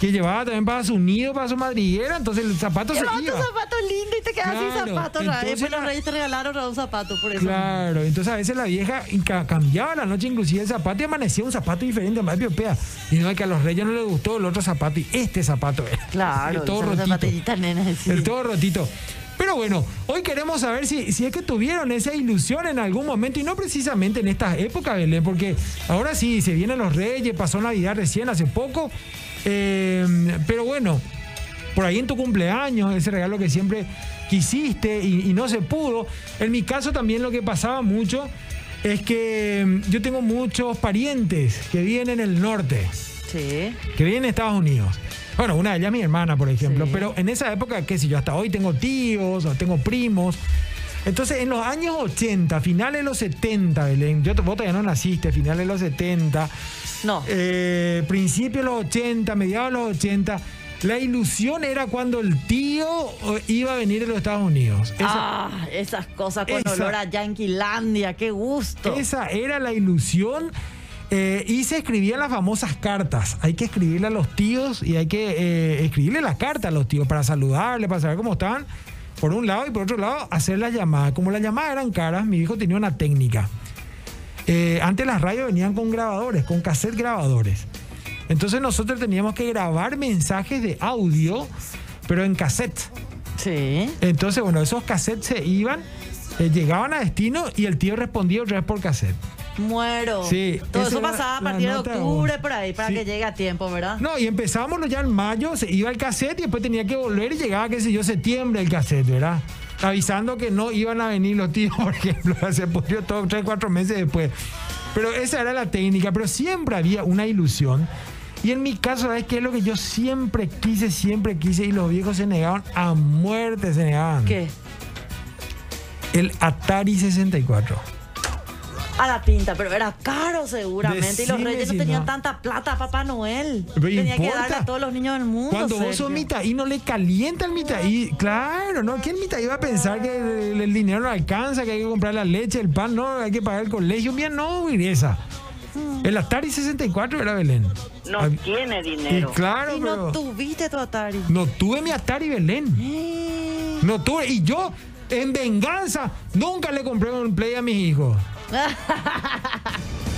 [SPEAKER 1] que llevaba también para su nido, para su madriguera, entonces el zapato
[SPEAKER 2] Llevaba
[SPEAKER 1] se iba.
[SPEAKER 2] tu zapato lindo y te quedas sin
[SPEAKER 1] Claro,
[SPEAKER 2] zapato, ¿no?
[SPEAKER 1] entonces
[SPEAKER 2] Después los
[SPEAKER 1] la-
[SPEAKER 2] reyes te regalaron un zapato por eso.
[SPEAKER 1] Claro, entonces a veces la vieja ca- cambiaba la noche inclusive el zapato y amanecía un zapato diferente, más piopea. Y no, que a los reyes no les gustó el otro zapato y este zapato era.
[SPEAKER 2] Claro,
[SPEAKER 1] el todo
[SPEAKER 2] son
[SPEAKER 1] rotito.
[SPEAKER 2] zapatillitas, nena, sí.
[SPEAKER 1] El todo rotito. Pero bueno, hoy queremos saber si, si es que tuvieron esa ilusión en algún momento y no precisamente en estas épocas, Belén, porque ahora sí, se vienen los reyes, pasó Navidad recién, hace poco. eh, pero bueno, por ahí en tu cumpleaños, ese regalo que siempre quisiste y, y no se pudo. En mi caso también lo que pasaba mucho es que mm, yo tengo muchos parientes que viven en el norte
[SPEAKER 2] Sí.
[SPEAKER 1] que viene de Estados Unidos. Bueno, una de ellas es mi hermana, por ejemplo.
[SPEAKER 2] Sí.
[SPEAKER 1] Pero en esa época, qué sé yo, hasta hoy tengo tíos, o tengo primos. Entonces, en los años 80, finales de los 70, Belén, yo, vos todavía no naciste, finales de los 70,
[SPEAKER 2] No.
[SPEAKER 1] eh, principios de los 80, mediados de los 80, la ilusión era cuando el tío eh, iba a venir de los Estados Unidos. Esa-
[SPEAKER 2] ah, esas cosas con
[SPEAKER 1] esa-
[SPEAKER 2] olor a Yanquilandia, qué gusto.
[SPEAKER 1] Esa era la ilusión. eh, y se escribían las famosas cartas. Hay que escribirle a los tíos y hay que eh, escribirle las cartas a los tíos para saludarle, para saber cómo están. Por un lado y por otro lado, hacer las llamadas. Como las llamadas eran caras, mi hijo tenía una técnica. Eh, antes las radios venían con grabadores, con cassette grabadores. Entonces nosotros teníamos que grabar mensajes de audio, pero en cassette.
[SPEAKER 2] Sí.
[SPEAKER 1] Entonces, bueno, esos cassettes se iban, eh, llegaban a destino y el tío respondía otra vez por cassette.
[SPEAKER 2] Muero.
[SPEAKER 1] Sí,
[SPEAKER 2] Todo
[SPEAKER 1] esa
[SPEAKER 2] eso
[SPEAKER 1] era
[SPEAKER 2] pasaba a
[SPEAKER 1] la
[SPEAKER 2] partir de
[SPEAKER 1] nota de
[SPEAKER 2] octubre
[SPEAKER 1] voz.
[SPEAKER 2] por ahí para
[SPEAKER 1] Sí.
[SPEAKER 2] que llegue a tiempo, ¿verdad?
[SPEAKER 1] No, y empezábamos ya en mayo, se iba el cassette y después tenía que volver y llegaba, qué sé yo, septiembre el cassette, ¿verdad? Avisando que no iban a venir los tíos, por ejemplo, se pudrió todo tres, cuatro meses después. Pero esa era la técnica, pero siempre había una ilusión. Y en mi caso, ¿sabes qué es lo que yo siempre quise, siempre quise? Y los viejos se negaban a muerte, se negaban.
[SPEAKER 2] ¿Qué?
[SPEAKER 1] El Atari 64.
[SPEAKER 2] A la pinta, pero era caro seguramente. y los
[SPEAKER 1] Decime
[SPEAKER 2] reyes
[SPEAKER 1] si
[SPEAKER 2] no tenían
[SPEAKER 1] no.
[SPEAKER 2] tanta plata, Papá Noel.
[SPEAKER 1] Pero
[SPEAKER 2] Tenía que
[SPEAKER 1] importa.
[SPEAKER 2] darle a todos los niños del mundo.
[SPEAKER 1] Cuando vos sos
[SPEAKER 2] Sergio.
[SPEAKER 1] mitaí, no le calienta el mitaí. Claro, ¿no? ¿Quién mitaí va a pensar que el, el dinero no alcanza, que hay que comprar la leche, el pan? No, hay que pagar el colegio. Bien, no, esa.
[SPEAKER 2] Mm.
[SPEAKER 1] El Atari 64 era Belén.
[SPEAKER 5] No
[SPEAKER 1] Hab-
[SPEAKER 5] tiene
[SPEAKER 1] Y
[SPEAKER 5] dinero.
[SPEAKER 1] claro,
[SPEAKER 2] Y
[SPEAKER 1] pero Mm.
[SPEAKER 2] no tuviste tu Atari.
[SPEAKER 1] no tuve mi Atari Belén.
[SPEAKER 2] Eh.
[SPEAKER 1] No tuve. Y yo, en venganza, nunca le compré un Play a mis hijos.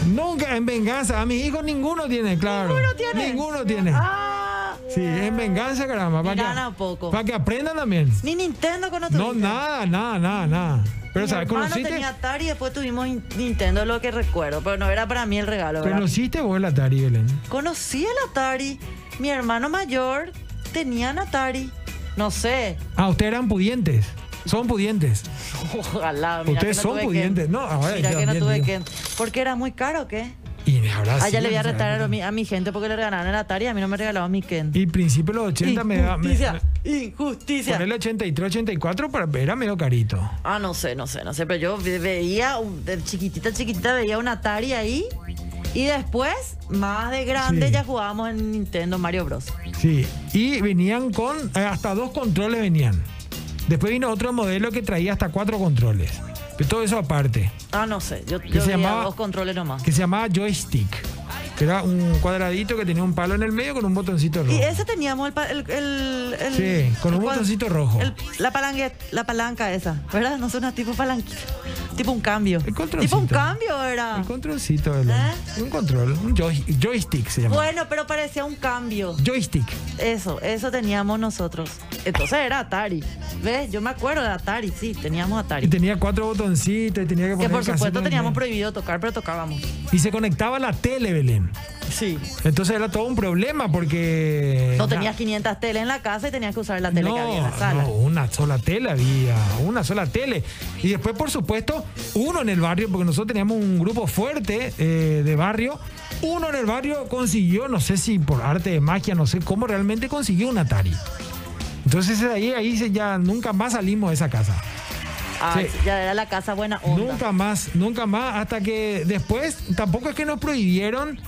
[SPEAKER 1] Nunca, en venganza. A mis hijos ninguno tiene, claro.
[SPEAKER 2] Ninguno tiene.
[SPEAKER 1] Ninguno tiene.
[SPEAKER 2] Ah.
[SPEAKER 1] Sí, en venganza, caramba. Para
[SPEAKER 2] Miran
[SPEAKER 1] que,
[SPEAKER 2] a poco.
[SPEAKER 1] Para que aprendan también.
[SPEAKER 2] Ni Nintendo con otro.
[SPEAKER 1] No, nada, nada, nada, nada. Pero,
[SPEAKER 2] Mi
[SPEAKER 1] ¿sabes?
[SPEAKER 2] hermano
[SPEAKER 1] ¿Conociste,
[SPEAKER 2] tenía Atari y después tuvimos in- Nintendo, lo que recuerdo. Pero no era para mí el regalo, ¿verdad?
[SPEAKER 1] ¿conociste vos el Atari, Belén?
[SPEAKER 2] Conocí el Atari. Mi hermano mayor tenía un Atari. No sé.
[SPEAKER 1] Ah, ustedes eran pudientes. Son pudientes.
[SPEAKER 2] Ojalá. mira
[SPEAKER 1] Ustedes
[SPEAKER 2] que no
[SPEAKER 1] son
[SPEAKER 2] tuve que-
[SPEAKER 1] pudientes. No, ahora
[SPEAKER 2] Mira
[SPEAKER 1] yo
[SPEAKER 2] que no
[SPEAKER 1] también
[SPEAKER 2] tuve
[SPEAKER 1] digo.
[SPEAKER 2] que. Porque era muy caro, ¿o ¿qué?
[SPEAKER 1] Y ahora
[SPEAKER 2] Ah,
[SPEAKER 1] sí,
[SPEAKER 2] ya le voy a
[SPEAKER 1] ¿sabes?
[SPEAKER 2] retar a mi, a mi gente porque le regalaron el Atari. A mí no me regalaban mi Ken.
[SPEAKER 1] Y principio de los 80 me da. Me,
[SPEAKER 2] Injusticia. Injusticia.
[SPEAKER 1] ponerle 83, 84 para, era medio carito.
[SPEAKER 2] Ah, no sé, no sé, no sé, pero yo ve- veía, un- de chiquitita, chiquitita, veía una Atari ahí. Y después, más de grande,
[SPEAKER 1] Sí.
[SPEAKER 2] ya jugábamos en Nintendo Mario Bros.
[SPEAKER 1] Sí. Y venían con. eh, hasta dos controles venían. Después vino otro modelo que traía hasta cuatro controles. Pero Todo eso aparte.
[SPEAKER 2] Ah, no sé, yo, yo
[SPEAKER 1] se
[SPEAKER 2] veía
[SPEAKER 1] llamaba?
[SPEAKER 2] dos controles nomás.
[SPEAKER 1] Que se llamaba joystick. Era un cuadradito que tenía un palo en el medio con un botoncito rojo.
[SPEAKER 2] Y ese teníamos el. pa- el, el- el-
[SPEAKER 1] Sí, con un
[SPEAKER 2] el cuad-
[SPEAKER 1] botoncito rojo.
[SPEAKER 2] el- la, palanque- la palanca esa, ¿verdad? No suena tipo palanquita. Tipo un cambio.
[SPEAKER 1] El
[SPEAKER 2] tipo un
[SPEAKER 1] controlcito.
[SPEAKER 2] cambio era.
[SPEAKER 1] Un controlcito, Belén.
[SPEAKER 2] ¿Eh?
[SPEAKER 1] Un control, un joy- joystick se llama.
[SPEAKER 2] Bueno, pero parecía un cambio.
[SPEAKER 1] Joystick.
[SPEAKER 2] Eso, eso teníamos nosotros. Entonces era Atari. ¿Ves? Yo me acuerdo de Atari, sí, teníamos
[SPEAKER 1] Y
[SPEAKER 2] Atari.
[SPEAKER 1] tenía cuatro botoncitos y tenía que
[SPEAKER 2] Que
[SPEAKER 1] poner
[SPEAKER 2] por
[SPEAKER 1] el cassette
[SPEAKER 2] supuesto
[SPEAKER 1] en el
[SPEAKER 2] teníamos
[SPEAKER 1] medio.
[SPEAKER 2] prohibido tocar, pero tocábamos.
[SPEAKER 1] Y se conectaba a la tele, Belén.
[SPEAKER 2] Sí.
[SPEAKER 1] Entonces era todo un problema porque.
[SPEAKER 2] No tenías 500 teles en la casa y tenías que usar la tele que había en la sala.
[SPEAKER 1] no, una sola tele había, una sola tele. Y después, por supuesto, uno en el barrio, porque nosotros teníamos un grupo fuerte eh, de barrio. Uno en el barrio consiguió, no sé si por arte de magia, no sé cómo realmente consiguió un Atari. Entonces de ahí, ahí se- ya nunca más salimos de esa casa.
[SPEAKER 2] Ay,
[SPEAKER 1] Sí.
[SPEAKER 2] Ya era la casa buena onda.
[SPEAKER 1] Nunca más, nunca más, hasta que después tampoco es que nos prohibieron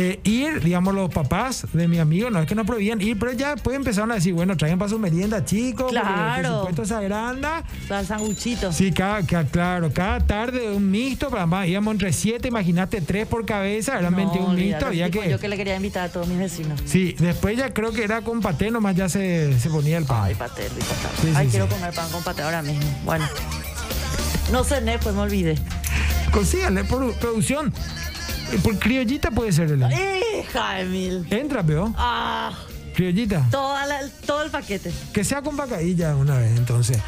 [SPEAKER 1] eh, ir, digamos, los papás de mi amigo, no es que nos prohibían ir, pero ya después empezaron a decir, bueno, traigan para su merienda, chicos, porque,
[SPEAKER 2] Claro.
[SPEAKER 1] por supuesto esa granda.
[SPEAKER 2] Al sanguchito.
[SPEAKER 1] Sí, cada, cada- claro, cada tarde un mixto, para más, íbamos entre siete, imagínate, tres por cabeza, eran
[SPEAKER 2] No,
[SPEAKER 1] 21
[SPEAKER 2] olvídate,
[SPEAKER 1] mixtos, había
[SPEAKER 2] tipo,
[SPEAKER 1] que...
[SPEAKER 2] Yo que le quería invitar a todos mis vecinos.
[SPEAKER 1] Sí, después ya creo que era con paté, nomás ya se, se ponía el pan.
[SPEAKER 2] Ay, paté, rico está.
[SPEAKER 1] Sí,
[SPEAKER 2] Ay,
[SPEAKER 1] sí,
[SPEAKER 2] quiero
[SPEAKER 1] sí.
[SPEAKER 2] comer pan con paté ahora mismo. Bueno. No cené, pues me olvidé.
[SPEAKER 1] Consíganle por producción, Eh, por criollita puede ser, Belén.
[SPEAKER 2] Eh. ¡Hija de mil!
[SPEAKER 1] Entra, peo,
[SPEAKER 2] ¡Ah!
[SPEAKER 1] criollita.
[SPEAKER 2] Toda la- todo el paquete.
[SPEAKER 1] Que sea con vacadilla una vez, entonces.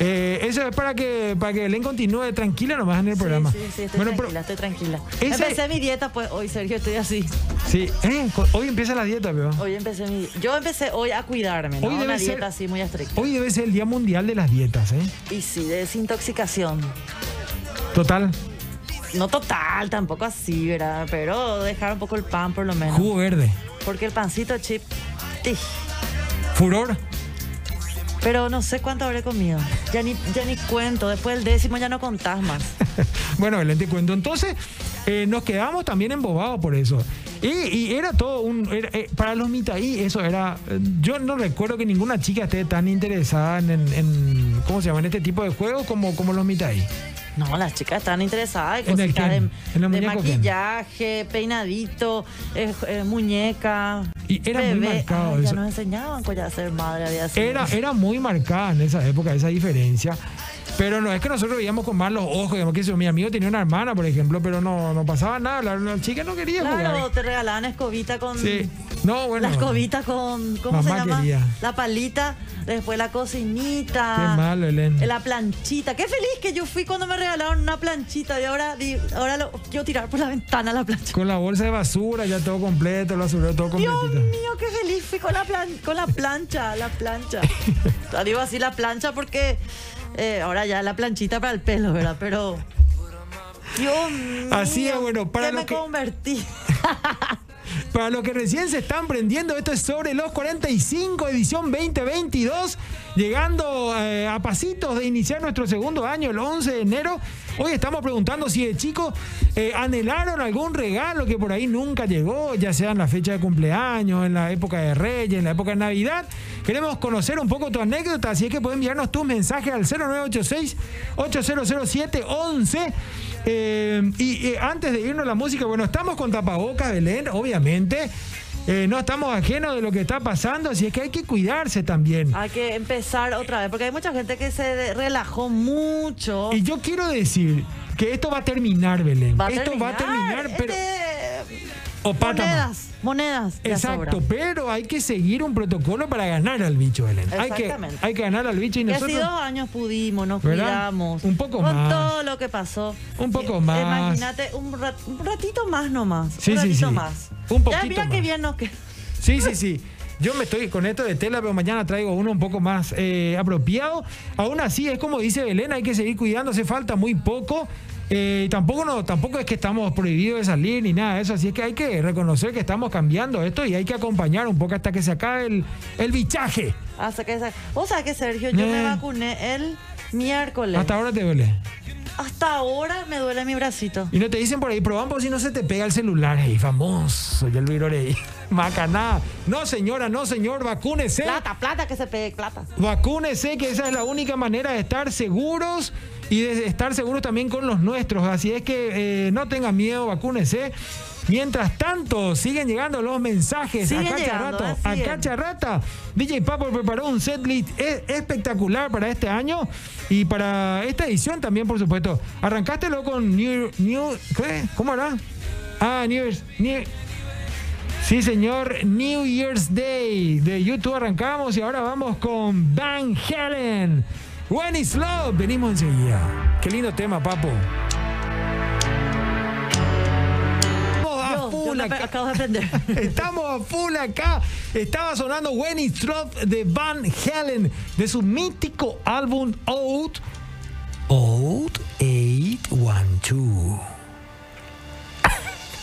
[SPEAKER 1] Eh, eso es para que para que Belén continúe tranquila nomás en el programa.
[SPEAKER 2] Sí, sí, sí, estoy
[SPEAKER 1] bueno,
[SPEAKER 2] tranquila,
[SPEAKER 1] pero
[SPEAKER 2] estoy tranquila.
[SPEAKER 1] Ese-
[SPEAKER 2] Empecé mi dieta, pues hoy, Sergio, estoy así.
[SPEAKER 1] sí, eh, co- hoy empieza la dieta, pero
[SPEAKER 2] Hoy empecé mi. Yo empecé hoy a cuidarme, ¿no?
[SPEAKER 1] Hoy debe
[SPEAKER 2] Una
[SPEAKER 1] ser-
[SPEAKER 2] dieta así muy estricta.
[SPEAKER 1] hoy debe ser el Día Mundial de las Dietas, ¿eh?
[SPEAKER 2] Y sí, de desintoxicación.
[SPEAKER 1] Total,
[SPEAKER 2] No total, tampoco así, ¿verdad? Pero dejar un poco el pan, por lo menos.
[SPEAKER 1] jugo verde,
[SPEAKER 2] Porque el pancito chip. tij.
[SPEAKER 1] furor.
[SPEAKER 2] Pero no sé cuánto habré comido. Ya ni, ya ni cuento. Después del décimo ya no contás más.
[SPEAKER 1] bueno, Belén, te cuento. Entonces, eh, nos quedamos también embobados por eso. Y, y era todo un. era, eh, para los mitaí, eso era. eh, Yo no recuerdo que ninguna chica esté tan interesada en. en- en- ¿Cómo se llaman? Este tipo de juegos como, como los mitaí.
[SPEAKER 2] No, las chicas están interesadas en
[SPEAKER 1] ¿En el
[SPEAKER 2] cositas de,
[SPEAKER 1] quién? ¿En la
[SPEAKER 2] de
[SPEAKER 1] muñeca o quién?
[SPEAKER 2] maquillaje, peinadito, eh, eh, muñeca.
[SPEAKER 1] Y era muy marcado
[SPEAKER 2] Ay, ah, Ya
[SPEAKER 1] eso.
[SPEAKER 2] nos enseñaban cuál era ser madre, había sido.
[SPEAKER 1] Era, era muy marcada en esa época esa diferencia. Pero no es que nosotros veíamos con malos ojos, digamos que eso, mi amigo tenía una hermana, por ejemplo, pero no, no pasaba nada, la, la chica no quería
[SPEAKER 2] Claro,
[SPEAKER 1] jugar.
[SPEAKER 2] te regalaban escobita con.
[SPEAKER 1] ¿eh? Sí. No, bueno.
[SPEAKER 2] La escobita con.
[SPEAKER 1] Mamá
[SPEAKER 2] ¿Cómo se llama?
[SPEAKER 1] quería.
[SPEAKER 2] La palita, después la cocinita.
[SPEAKER 1] Qué malo, Belén.
[SPEAKER 2] La planchita. Qué feliz que yo fui cuando me regalaron una planchita y ahora, di- ahora lo quiero tirar por la ventana la plancha.
[SPEAKER 1] Con la bolsa de basura, ya todo completo, el basurero todo
[SPEAKER 2] Dios
[SPEAKER 1] completito.
[SPEAKER 2] mío, qué feliz fui con la, plan- con la plancha, la plancha. La Digo así la plancha porque eh, ahora ya la planchita para el pelo, ¿verdad? Pero. Dios mío.
[SPEAKER 1] Así es, bueno, para
[SPEAKER 2] ¿qué
[SPEAKER 1] lo
[SPEAKER 2] me
[SPEAKER 1] que-
[SPEAKER 2] convertí.
[SPEAKER 1] Para los que recién se están prendiendo, esto es sobre los 45, edición 2022, llegando eh, a pasitos de iniciar nuestro segundo año, el 11 de enero. Hoy estamos preguntando si de chicos eh, anhelaron algún regalo que por ahí nunca llegó, ya sea en la fecha de cumpleaños, en la época de Reyes, en la época de Navidad. Queremos conocer un poco tu anécdota, así es que puedes enviarnos tus mensajes al 0986-8007-11. Eh, y eh, antes de irnos a la música, bueno, estamos con tapabocas, Belén, obviamente. Eh, no estamos ajenos de lo que está pasando, así es que hay que cuidarse también.
[SPEAKER 2] Hay que empezar otra vez, porque hay mucha gente que se de- relajó mucho.
[SPEAKER 1] Y yo quiero decir que esto va a terminar, Belén. esto va a terminar, pero...
[SPEAKER 2] este,
[SPEAKER 1] o pata más.
[SPEAKER 2] monedas, monedas. ya
[SPEAKER 1] Exacto,
[SPEAKER 2] sobran.
[SPEAKER 1] pero hay que seguir un protocolo para ganar al bicho, Belén. Hay que,
[SPEAKER 2] Exactamente.
[SPEAKER 1] hay que ganar al bicho y
[SPEAKER 2] Que hace
[SPEAKER 1] nosotros...
[SPEAKER 2] dos años pudimos, nos
[SPEAKER 1] ¿Verdad?
[SPEAKER 2] cuidamos.
[SPEAKER 1] Un poco
[SPEAKER 2] con
[SPEAKER 1] más.
[SPEAKER 2] todo lo que pasó.
[SPEAKER 1] Un poco
[SPEAKER 2] Eh,
[SPEAKER 1] más.
[SPEAKER 2] Imagínate, un, rat- un ratito más nomás.
[SPEAKER 1] Sí, sí,
[SPEAKER 2] un ratito
[SPEAKER 1] sí.
[SPEAKER 2] más.
[SPEAKER 1] Un
[SPEAKER 2] Ya
[SPEAKER 1] poquito
[SPEAKER 2] mira qué
[SPEAKER 1] más.
[SPEAKER 2] bien nos quedó.
[SPEAKER 1] Sí, sí, sí. Yo me estoy con esto de tela, pero mañana traigo uno un poco más eh, apropiado. Aún así, es como dice Belén, hay que seguir cuidando, hace falta muy poco. Eh, tampoco, no, tampoco es que estamos prohibidos de salir ni nada de eso, así es que hay que reconocer que estamos cambiando esto y hay que acompañar un poco hasta que se acabe el, el bichaje.
[SPEAKER 2] Hasta que sa- Ah, Vos sabés que Sergio, yo me
[SPEAKER 1] Eh.
[SPEAKER 2] vacuné el miércoles.
[SPEAKER 1] Hasta ahora te duele.
[SPEAKER 2] Hasta ahora me duele mi bracito.
[SPEAKER 1] Y no te dicen por ahí, probamos si no se te pega el celular, hey, famoso, ya el virore ahí. Macaná. No, señora, no, señor, vacúnese.
[SPEAKER 2] Plata, plata, que se pegue plata.
[SPEAKER 1] Vacúnese, que esa es la única manera de estar seguros y de estar seguros también con los nuestros. Así es que eh, no tengan miedo, vacúnese. Mientras tanto, siguen llegando los mensajes.
[SPEAKER 2] Siguen
[SPEAKER 1] a
[SPEAKER 2] llegando,
[SPEAKER 1] Cacharrata,
[SPEAKER 2] así
[SPEAKER 1] a
[SPEAKER 2] es.
[SPEAKER 1] Cacharrata. DJ Papo preparó un setlist e- espectacular para este año y para esta edición también, por supuesto. Arrancástelo con New... New ¿qué? ¿Cómo era? Ah, New Year's... New- Sí, señor, New Year's Day de YouTube arrancamos y ahora vamos con Van Halen. When is love, venimos enseguida. Qué lindo tema, papo. Estamos a
[SPEAKER 2] Yo, yo
[SPEAKER 1] full
[SPEAKER 2] me
[SPEAKER 1] acá.
[SPEAKER 2] pe- acabo de aprender.
[SPEAKER 1] Estamos a full acá. Estaba sonando When It's Love de Van Halen de su mítico álbum Out. Out 812.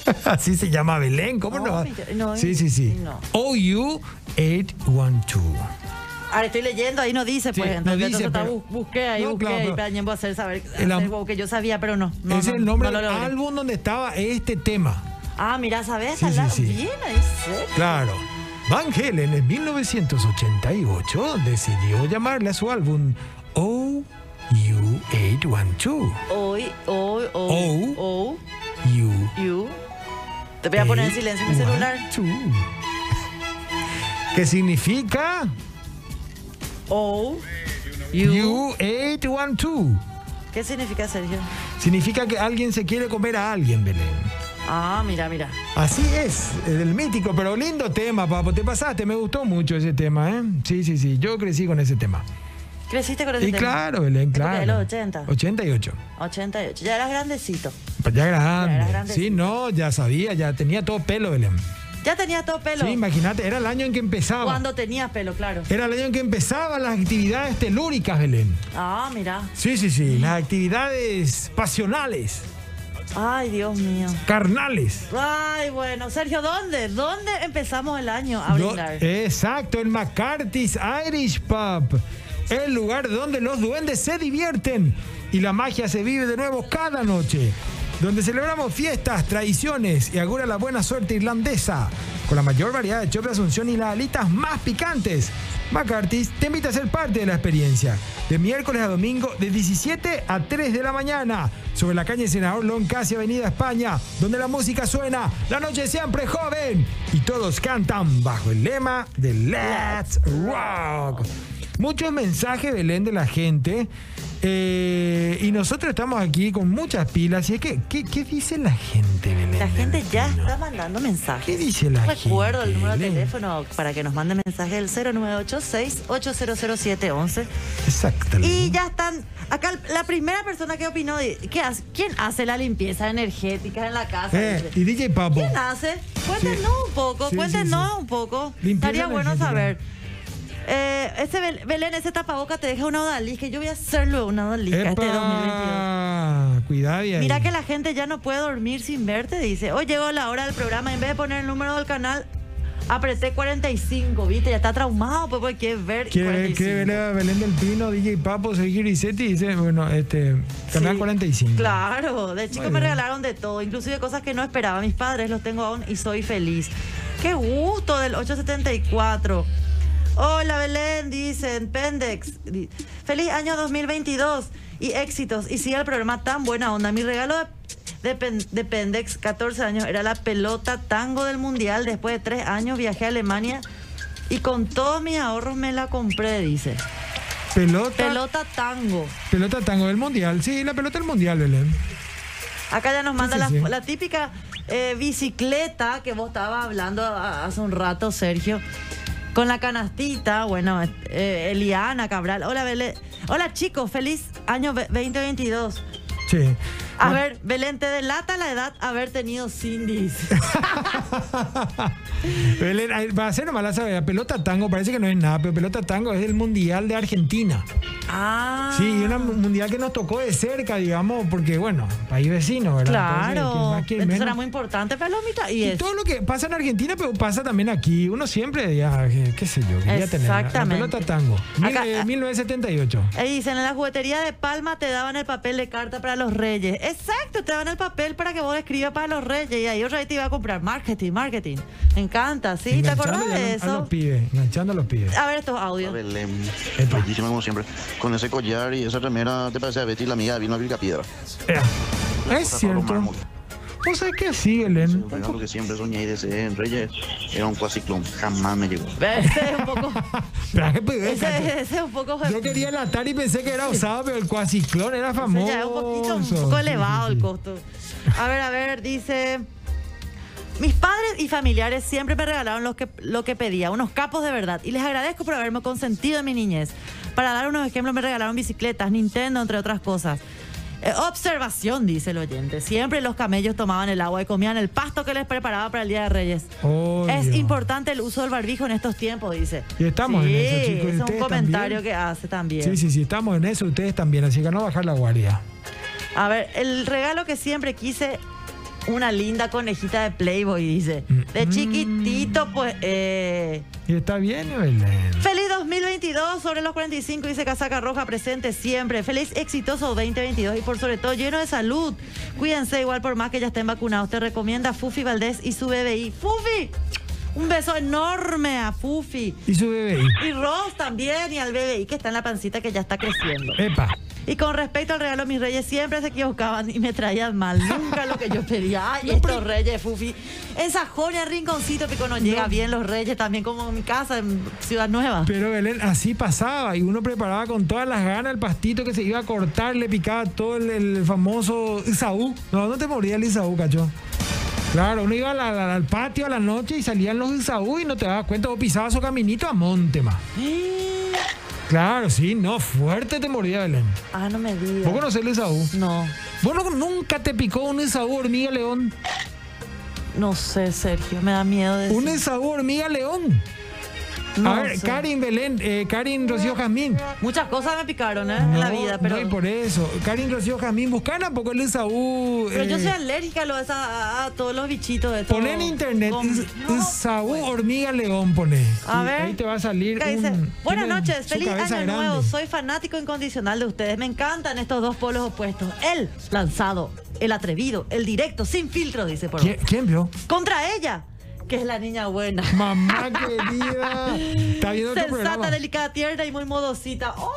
[SPEAKER 1] Así se llama Belén, ¿cómo no?
[SPEAKER 2] No, mira, no,
[SPEAKER 1] sí, sí, sí.
[SPEAKER 2] no.
[SPEAKER 1] OU 812.
[SPEAKER 2] Ahora estoy leyendo, ahí no dice,
[SPEAKER 1] Sí,
[SPEAKER 2] pues.
[SPEAKER 1] no
[SPEAKER 2] entonces,
[SPEAKER 1] dice,
[SPEAKER 2] entonces,
[SPEAKER 1] pero-
[SPEAKER 2] bu- busqué ahí,
[SPEAKER 1] No,
[SPEAKER 2] busqué
[SPEAKER 1] claro,
[SPEAKER 2] ahí,
[SPEAKER 1] pero-
[SPEAKER 2] para alguien pueda hacer saber
[SPEAKER 1] El am-
[SPEAKER 2] hacer algo que yo sabía, pero no. no,
[SPEAKER 1] Ese es
[SPEAKER 2] no,
[SPEAKER 1] el nombre
[SPEAKER 2] no lo
[SPEAKER 1] del
[SPEAKER 2] logré.
[SPEAKER 1] álbum donde estaba este tema.
[SPEAKER 2] Ah, mira, ¿sabes?
[SPEAKER 1] Sí, sí,
[SPEAKER 2] Hablar
[SPEAKER 1] sí.
[SPEAKER 2] bien, ahí sé.
[SPEAKER 1] Claro. Van Helen en 1988 decidió llamarle a su álbum OU812.
[SPEAKER 2] Hoy, hoy, hoy, hoy,
[SPEAKER 1] You
[SPEAKER 2] you. Te voy a poner en silencio mi celular.
[SPEAKER 1] 812. ¿Qué significa
[SPEAKER 2] Oh, you.
[SPEAKER 1] U812?
[SPEAKER 2] ¿Qué significa, Sergio?
[SPEAKER 1] Significa que alguien se quiere comer a alguien, Belén.
[SPEAKER 2] Ah, mira, mira.
[SPEAKER 1] Así es, el mítico, pero lindo tema, papo. Te pasaste, me gustó mucho ese tema, ¿eh? Sí, sí, sí, yo crecí con ese tema.
[SPEAKER 2] ¿Creciste con ese
[SPEAKER 1] Y
[SPEAKER 2] tema?
[SPEAKER 1] claro, Belén,
[SPEAKER 2] Época
[SPEAKER 1] claro.
[SPEAKER 2] de los 80.
[SPEAKER 1] 88.
[SPEAKER 2] 88. Ya eras grandecito.
[SPEAKER 1] Pues ya grande.
[SPEAKER 2] Ya era grandecito.
[SPEAKER 1] sí, no, ya sabía, ya tenía todo pelo, Belén.
[SPEAKER 2] Ya tenías todo pelo.
[SPEAKER 1] Sí, imagínate, era el año en que empezaba.
[SPEAKER 2] Cuando tenías pelo, claro.
[SPEAKER 1] Era el año en que empezaban las actividades telúricas, Belén.
[SPEAKER 2] Ah, mira.
[SPEAKER 1] Sí, sí, sí, las actividades pasionales,
[SPEAKER 2] Ay, Dios mío.
[SPEAKER 1] carnales.
[SPEAKER 2] Ay, bueno, Sergio, ¿dónde? ¿Dónde empezamos el año a
[SPEAKER 1] Yo- eh,
[SPEAKER 2] brindar?
[SPEAKER 1] exacto, el McCarthy's Irish Pub. El lugar donde los duendes se divierten y la magia se vive de nuevo cada noche. Donde celebramos fiestas, tradiciones y augura la buena suerte irlandesa. Con la mayor variedad de chop de Asunción y las alitas más picantes. McCarthy's te invita a ser parte de la experiencia. De miércoles a domingo, de 17 a 3 de la mañana. Sobre la calle Senador Lon, casi Avenida España, donde la música suena, la noche siempre joven. Y todos cantan bajo el lema de Let's Rock. Muchos mensajes, Belén, de la gente. eh, y nosotros estamos aquí con muchas pilas. Y es que, ¿qué, qué dice la gente, Belén?
[SPEAKER 2] La gente ya
[SPEAKER 1] Valentino?
[SPEAKER 2] está mandando mensajes.
[SPEAKER 1] ¿Qué dice la
[SPEAKER 2] Recuerdo el
[SPEAKER 1] gente,
[SPEAKER 2] número de
[SPEAKER 1] Belén?
[SPEAKER 2] teléfono para que nos mande mensajes el 0986-800711.
[SPEAKER 1] Exactamente.
[SPEAKER 2] Y ya están. Acá la primera persona que opinó, de- ¿qué hace? ¿quién hace la limpieza energética en la casa?
[SPEAKER 1] Eh,
[SPEAKER 2] Dice,
[SPEAKER 1] y DJ Papo.
[SPEAKER 2] ¿Quién hace? Cuéntenos
[SPEAKER 1] Sí.
[SPEAKER 2] un poco,
[SPEAKER 1] Sí,
[SPEAKER 2] cuéntenos
[SPEAKER 1] sí, sí.
[SPEAKER 2] un poco.
[SPEAKER 1] Limpieza
[SPEAKER 2] Estaría bueno
[SPEAKER 1] energética.
[SPEAKER 2] saber. Eh, ese Bel- Belén, ese tapaboca te deja una odalisca. Yo voy a hacerlo una odalisca este 2022.
[SPEAKER 1] Epa, Cuidado y ahí.
[SPEAKER 2] Mira que la gente ya no puede dormir sin verte, dice. Hoy llegó la hora del programa, en vez de poner el número del canal, apreté 45, ¿viste? Ya está traumado, pues, porque quiere ver
[SPEAKER 1] Quiere ver,
[SPEAKER 2] 45.
[SPEAKER 1] quiere ver a Belén del Pino, DJ Papo, Sergio Grisetti, dice, bueno, este, canal
[SPEAKER 2] Sí,
[SPEAKER 1] 45.
[SPEAKER 2] Claro, de chico
[SPEAKER 1] Muy
[SPEAKER 2] me
[SPEAKER 1] bien.
[SPEAKER 2] regalaron de todo, inclusive cosas que no esperaba. Mis padres los tengo aún y soy feliz. ¡Qué gusto del 874! Hola Belén, dicen Pendex. Di- Feliz año 2022 y éxitos. Y sigue el programa tan buena onda. Mi regalo de, de Pen- de Pendex, 14 años, era la pelota tango del mundial. Después de tres años viajé a Alemania y con todos mis ahorros me la compré, dice.
[SPEAKER 1] Pelota, pelota.
[SPEAKER 2] Pelota tango.
[SPEAKER 1] tango del mundial. Sí, la pelota del mundial, Belén.
[SPEAKER 2] Acá ya nos manda
[SPEAKER 1] sí,
[SPEAKER 2] la,
[SPEAKER 1] sí.
[SPEAKER 2] la típica eh, bicicleta que vos estabas hablando a- hace un rato, Sergio. Con la canastita, bueno, eh, Eliana Cabral. Hola, Belén. Hola, chicos, feliz año ve- 2022.
[SPEAKER 1] Sí.
[SPEAKER 2] A ver, Belén, te delata la edad haber tenido Cindy.
[SPEAKER 1] Ah, Belén, ay, va a ser nomás la sabe, pelota tango, parece que no es nada, pero pelota tango es el mundial de Argentina.
[SPEAKER 2] Ah.
[SPEAKER 1] Sí, y una mundial que nos tocó de cerca, digamos, porque bueno, país vecino, ¿verdad? Entonces, ¿quién
[SPEAKER 2] Claro.
[SPEAKER 1] más, quién
[SPEAKER 2] Entonces
[SPEAKER 1] menos?
[SPEAKER 2] era muy importante, Palomita. Y
[SPEAKER 1] Y
[SPEAKER 2] es.
[SPEAKER 1] todo lo que pasa en Argentina, pero pasa también aquí. Uno siempre, ya, qué- qué sé yo, quería tener la-
[SPEAKER 2] Exactamente.
[SPEAKER 1] la pelota tango. Mil-
[SPEAKER 2] Acá- ah.
[SPEAKER 1] eh, 1978.
[SPEAKER 2] Ahí Eh, dicen, en la juguetería de Palma te daban el papel de carta para los reyes. Exacto, te daban el papel para que vos escribas para los reyes. Y ahí otra vez te iba a comprar marketing, marketing. Me encanta, ¿sí? ¿Te
[SPEAKER 1] Enganchando
[SPEAKER 2] acordás
[SPEAKER 1] ya
[SPEAKER 2] de
[SPEAKER 1] A los
[SPEAKER 2] eso? Ah.
[SPEAKER 1] pibes, enganchando a los pibes.
[SPEAKER 2] A ver estos audios.
[SPEAKER 5] Belén,
[SPEAKER 1] Epa.
[SPEAKER 5] bellísima como siempre. Con ese collar y esa remera te parece a Betty, la amiga de Vilma Piedra.
[SPEAKER 1] Eh, Es Eh, cierto. ¿Vos sabés que sí, Belén?
[SPEAKER 5] El regalo que siempre soñé y deseé en Reyes era un cuaciclón. Jamás me llegó.
[SPEAKER 2] Ese es un poco.
[SPEAKER 1] Espera que pegué, cacho.
[SPEAKER 2] Ese, ese es un poco.
[SPEAKER 1] Yo quería el Atari y pensé que era usado, pero el cuaciclón era famoso.
[SPEAKER 2] Entonces ya es un poquito un poco
[SPEAKER 1] Sí, sí,
[SPEAKER 2] elevado el
[SPEAKER 1] sí.
[SPEAKER 2] costo. A ver, a ver, dice. Mis padres y familiares siempre me regalaron lo que, lo que pedía, unos capos de verdad, y les agradezco por haberme consentido en mi niñez. Para dar unos ejemplos, me regalaron bicicletas, Nintendo, entre otras cosas. Eh, observación, dice el oyente. Siempre los camellos tomaban el agua y comían el pasto que les preparaba para el Día de Reyes.
[SPEAKER 1] Oh,
[SPEAKER 2] es
[SPEAKER 1] Dios.
[SPEAKER 2] importante el uso del barbijo en estos tiempos, dice.
[SPEAKER 1] Y estamos en
[SPEAKER 2] Sí,
[SPEAKER 1] eso, chicos, y
[SPEAKER 2] ese es un
[SPEAKER 1] ustedes
[SPEAKER 2] comentario
[SPEAKER 1] también.
[SPEAKER 2] que hace también.
[SPEAKER 1] Sí, sí, sí, estamos en eso, ustedes también, así que no bajar la guardia.
[SPEAKER 2] A ver, el regalo que siempre quise, una linda conejita de Playboy, dice. De
[SPEAKER 1] Mm.
[SPEAKER 2] chiquitito, pues... eh,
[SPEAKER 1] Y está bien, Belén.
[SPEAKER 2] Feliz 2022, sobre los 45, dice Casaca Roja, presente siempre. Feliz, exitoso 2022 y por sobre todo lleno de salud. Cuídense igual por más que ya estén vacunados. Te recomienda Fufi Valdés y su BBI. ¡Fufi! Un beso enorme a Fufi.
[SPEAKER 1] Y su bebé.
[SPEAKER 2] Y Ross también y al BBI que está en la pancita que ya está creciendo.
[SPEAKER 1] Epa.
[SPEAKER 2] Y con respecto al regalo, mis reyes siempre se equivocaban y me traían mal. Nunca lo que yo pedía. Ay, estos reyes, Fufi. Esa joya, rinconcito, que no llega bien los reyes también, como en mi casa en Ciudad Nueva.
[SPEAKER 1] Pero Belén, así pasaba y uno preparaba con todas las ganas el pastito que se iba a cortar, le picaba todo el, el famoso Isaú. No, no te moría el Isaú, cacho. Claro, uno iba a la- la- al patio a la noche y salían los Isaú y no te dabas cuenta, vos pisabas su caminito a Montema. Claro, sí, no, fuerte te moría Belén.
[SPEAKER 2] Ah, no me digas.
[SPEAKER 1] ¿Vos conocés el Isaú?
[SPEAKER 2] No,
[SPEAKER 1] ¿Vos no- nunca te picó un Isaú hormiga león?
[SPEAKER 2] no sé, Sergio. Me da miedo de
[SPEAKER 1] Un Esaú hormiga león.
[SPEAKER 2] No
[SPEAKER 1] a ver,
[SPEAKER 2] sé.
[SPEAKER 1] Karin Belén, eh, Karin Rocío Jazmín.
[SPEAKER 2] Muchas cosas me picaron ¿eh? en la vida, pero.
[SPEAKER 1] no, y por eso. Karin Rocío Jazmín, buscan a poco el Esaú.
[SPEAKER 2] pero yo
[SPEAKER 1] eh,
[SPEAKER 2] soy alérgica a, los- a- a- a todos los bichitos de todo.
[SPEAKER 1] Poné en internet
[SPEAKER 2] con- No,
[SPEAKER 1] Esaú
[SPEAKER 2] pues.
[SPEAKER 1] hormiga león, poné.
[SPEAKER 2] A
[SPEAKER 1] Y
[SPEAKER 2] ver.
[SPEAKER 1] Ahí te va a salir.
[SPEAKER 2] Acá dice,
[SPEAKER 1] un-
[SPEAKER 2] Buenas
[SPEAKER 1] tiene
[SPEAKER 2] noches,
[SPEAKER 1] su
[SPEAKER 2] feliz año
[SPEAKER 1] cabeza grande".
[SPEAKER 2] nuevo. Soy fanático incondicional de ustedes. Me encantan estos dos polos opuestos. El lanzado, el atrevido, el directo, sin filtro, dice por
[SPEAKER 1] ¿Quién,
[SPEAKER 2] otro.
[SPEAKER 1] quién vio?
[SPEAKER 2] Contra ella, que es la niña buena.
[SPEAKER 1] Mamá querida. Está viendo otro
[SPEAKER 2] Sensata,
[SPEAKER 1] programa.
[SPEAKER 2] delicada, tierna y muy modosita. ¡Oh!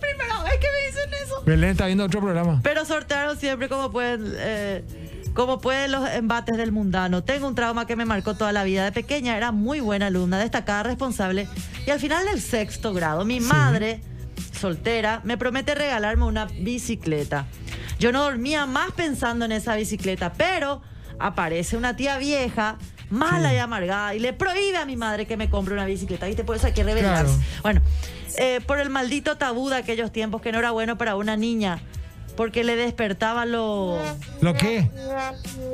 [SPEAKER 2] Primera vez que me dicen eso.
[SPEAKER 1] Belén está viendo otro programa.
[SPEAKER 2] Pero sortearon siempre como pueden, eh, como pueden los embates del mundano. Tengo un trauma que me marcó toda la vida. De pequeña era muy buena alumna, destacada, responsable. Y al final del sexto grado, mi madre, soltera, me promete regalarme una bicicleta. Yo no dormía más pensando en esa bicicleta, pero aparece una tía vieja. Mala y amargada, y le prohíbe a mi madre que me compre una bicicleta. ¿Viste? Por eso hay que rebelarse.
[SPEAKER 1] Claro.
[SPEAKER 2] Bueno, eh, por el maldito tabú de aquellos tiempos que no era bueno para una niña, porque le despertaba lo...
[SPEAKER 1] ¿Lo qué?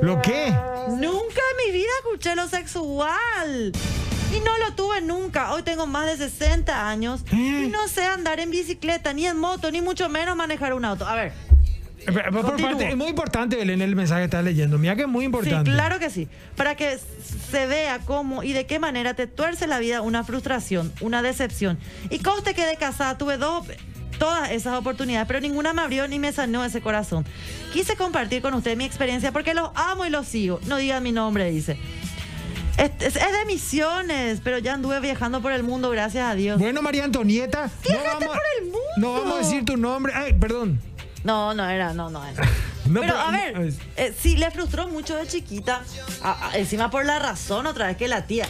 [SPEAKER 1] ¿Lo qué? Eh,
[SPEAKER 2] Nunca en mi vida escuché lo sexual. Y no lo tuve nunca. Hoy tengo más de 60 años y no sé andar en bicicleta, ni en moto, ni mucho menos manejar un auto. A ver,
[SPEAKER 1] Eh, pero Por
[SPEAKER 2] Continúo.
[SPEAKER 1] parte, es muy importante, Belén, el mensaje que estás leyendo. Mira que es muy importante.
[SPEAKER 2] Sí, claro que sí. Para que s- se vea cómo y de qué manera te tuerce la vida una frustración, una decepción. Y coste que de casada tuve dos todas esas oportunidades, pero ninguna me abrió ni me sanó ese corazón. Quise compartir con ustedes mi experiencia porque los amo y los sigo. No digan mi nombre, dice. Es, es- es de misiones, pero ya anduve viajando por el mundo, gracias a Dios.
[SPEAKER 1] Bueno, María Antonieta.
[SPEAKER 2] Viajaste por el mundo.
[SPEAKER 1] No vamos a decir tu nombre. Ay, perdón.
[SPEAKER 2] No, no era, no, no era.
[SPEAKER 1] No,
[SPEAKER 2] pero
[SPEAKER 1] pero-
[SPEAKER 2] a
[SPEAKER 1] no,
[SPEAKER 2] ver,
[SPEAKER 1] es-
[SPEAKER 2] eh, sí le frustró mucho de chiquita, a- a- encima por la razón otra vez que la tía,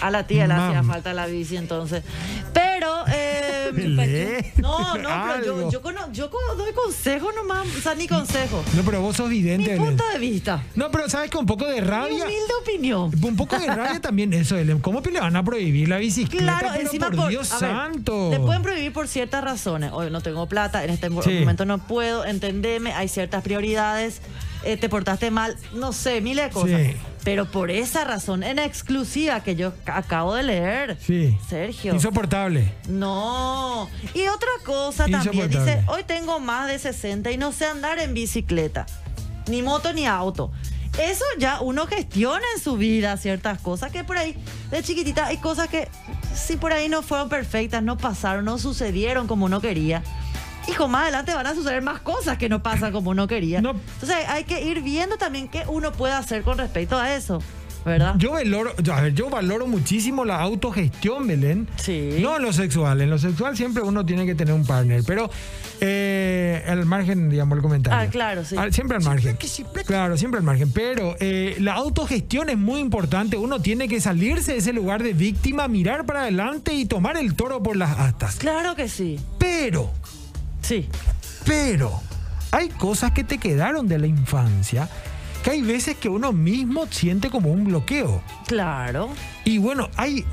[SPEAKER 2] a la tía le hacía
[SPEAKER 1] Mam.
[SPEAKER 2] falta la bici entonces. Pero, eh,
[SPEAKER 1] Pelé.
[SPEAKER 2] no, no, pero yo,
[SPEAKER 1] Algo.
[SPEAKER 2] yo, cono- yo cono- doy consejo nomás, o sea, ni consejo,
[SPEAKER 1] No, pero vos sos
[SPEAKER 2] mi
[SPEAKER 1] vidente, Belén.
[SPEAKER 2] punto de vista,
[SPEAKER 1] No, pero sabes que un poco de
[SPEAKER 2] mi
[SPEAKER 1] rabia.
[SPEAKER 2] humilde opinión.
[SPEAKER 1] Un poco de rabia también eso, Belén. ¿Cómo que le van a prohibir la bicicleta?
[SPEAKER 2] Claro,
[SPEAKER 1] Pero
[SPEAKER 2] encima
[SPEAKER 1] por,
[SPEAKER 2] por,
[SPEAKER 1] Dios
[SPEAKER 2] a ver,
[SPEAKER 1] santo.
[SPEAKER 2] Te pueden prohibir por ciertas razones. Hoy no tengo plata, en este mo-
[SPEAKER 1] Sí.
[SPEAKER 2] momento no puedo, entendeme, hay ciertas prioridades, eh, te portaste mal, no sé, miles de cosas.
[SPEAKER 1] Sí.
[SPEAKER 2] Pero por esa razón en exclusiva que yo ca- acabo de leer,
[SPEAKER 1] Sí.
[SPEAKER 2] Sergio.
[SPEAKER 1] Insoportable.
[SPEAKER 2] No. Y otra cosa también,
[SPEAKER 1] Insoportable.
[SPEAKER 2] dice, hoy tengo más de 60 y no sé andar en bicicleta, ni moto ni auto. Eso ya uno gestiona en su vida ciertas cosas que por ahí de chiquitita hay cosas que si por ahí no fueron perfectas, no pasaron, no sucedieron como uno quería. Hijo, más adelante van a suceder más cosas que no pasan como uno quería.
[SPEAKER 1] No.
[SPEAKER 2] Entonces hay que ir viendo también qué uno puede hacer con respecto a eso. ¿verdad?
[SPEAKER 1] Yo valoro, yo- a ver, yo valoro muchísimo la autogestión, Belén.
[SPEAKER 2] Sí.
[SPEAKER 1] No en lo sexual. En lo sexual siempre uno tiene que tener un partner, pero eh, al margen, digamos, el comentario.
[SPEAKER 2] Ah, claro, sí.
[SPEAKER 1] Al- siempre al margen. Claro, siempre al margen. Pero eh, la autogestión es muy importante. Uno tiene que salirse de ese lugar de víctima, mirar para adelante y tomar el toro por las astas.
[SPEAKER 2] Claro que sí.
[SPEAKER 1] Pero,
[SPEAKER 2] Sí.
[SPEAKER 1] pero, hay cosas que te quedaron de la infancia que hay veces que uno mismo siente como un bloqueo.
[SPEAKER 2] Claro.
[SPEAKER 1] Y bueno, hay eh,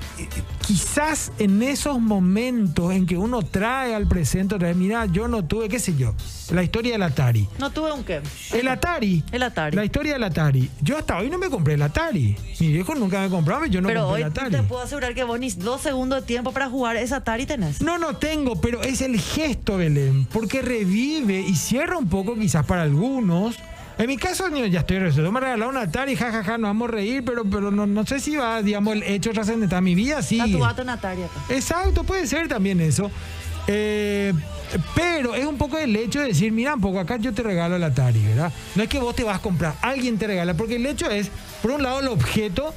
[SPEAKER 1] quizás en esos momentos en que uno trae al presente, otra vez, mira, yo no tuve, qué sé yo, la historia del Atari.
[SPEAKER 2] No tuve un qué.
[SPEAKER 1] El Atari.
[SPEAKER 2] El Atari.
[SPEAKER 1] La historia del Atari. Yo hasta hoy no me compré el Atari. Mi viejo nunca me compraba, y yo no
[SPEAKER 2] Pero
[SPEAKER 1] compré
[SPEAKER 2] hoy
[SPEAKER 1] el Atari.
[SPEAKER 2] te puedo asegurar que vos ni dos segundos de tiempo para jugar esa Atari tenés.
[SPEAKER 1] No, no tengo, pero es el gesto, Belén, porque revive y cierra un poco quizás para algunos. En mi caso, yo ya estoy resuelto. Me regalaron un Atari, jajaja, nos vamos a reír, pero, pero no, no sé si va, digamos, el hecho trascendental a mi vida, sí.
[SPEAKER 2] Tatuato en Atari acá.
[SPEAKER 1] Exacto, puede ser también eso. Eh, pero es un poco el hecho de decir, mira, un poco acá yo te regalo el Atari, ¿verdad? No es que vos te vas a comprar, alguien te regala, porque el hecho es, por un lado, el objeto,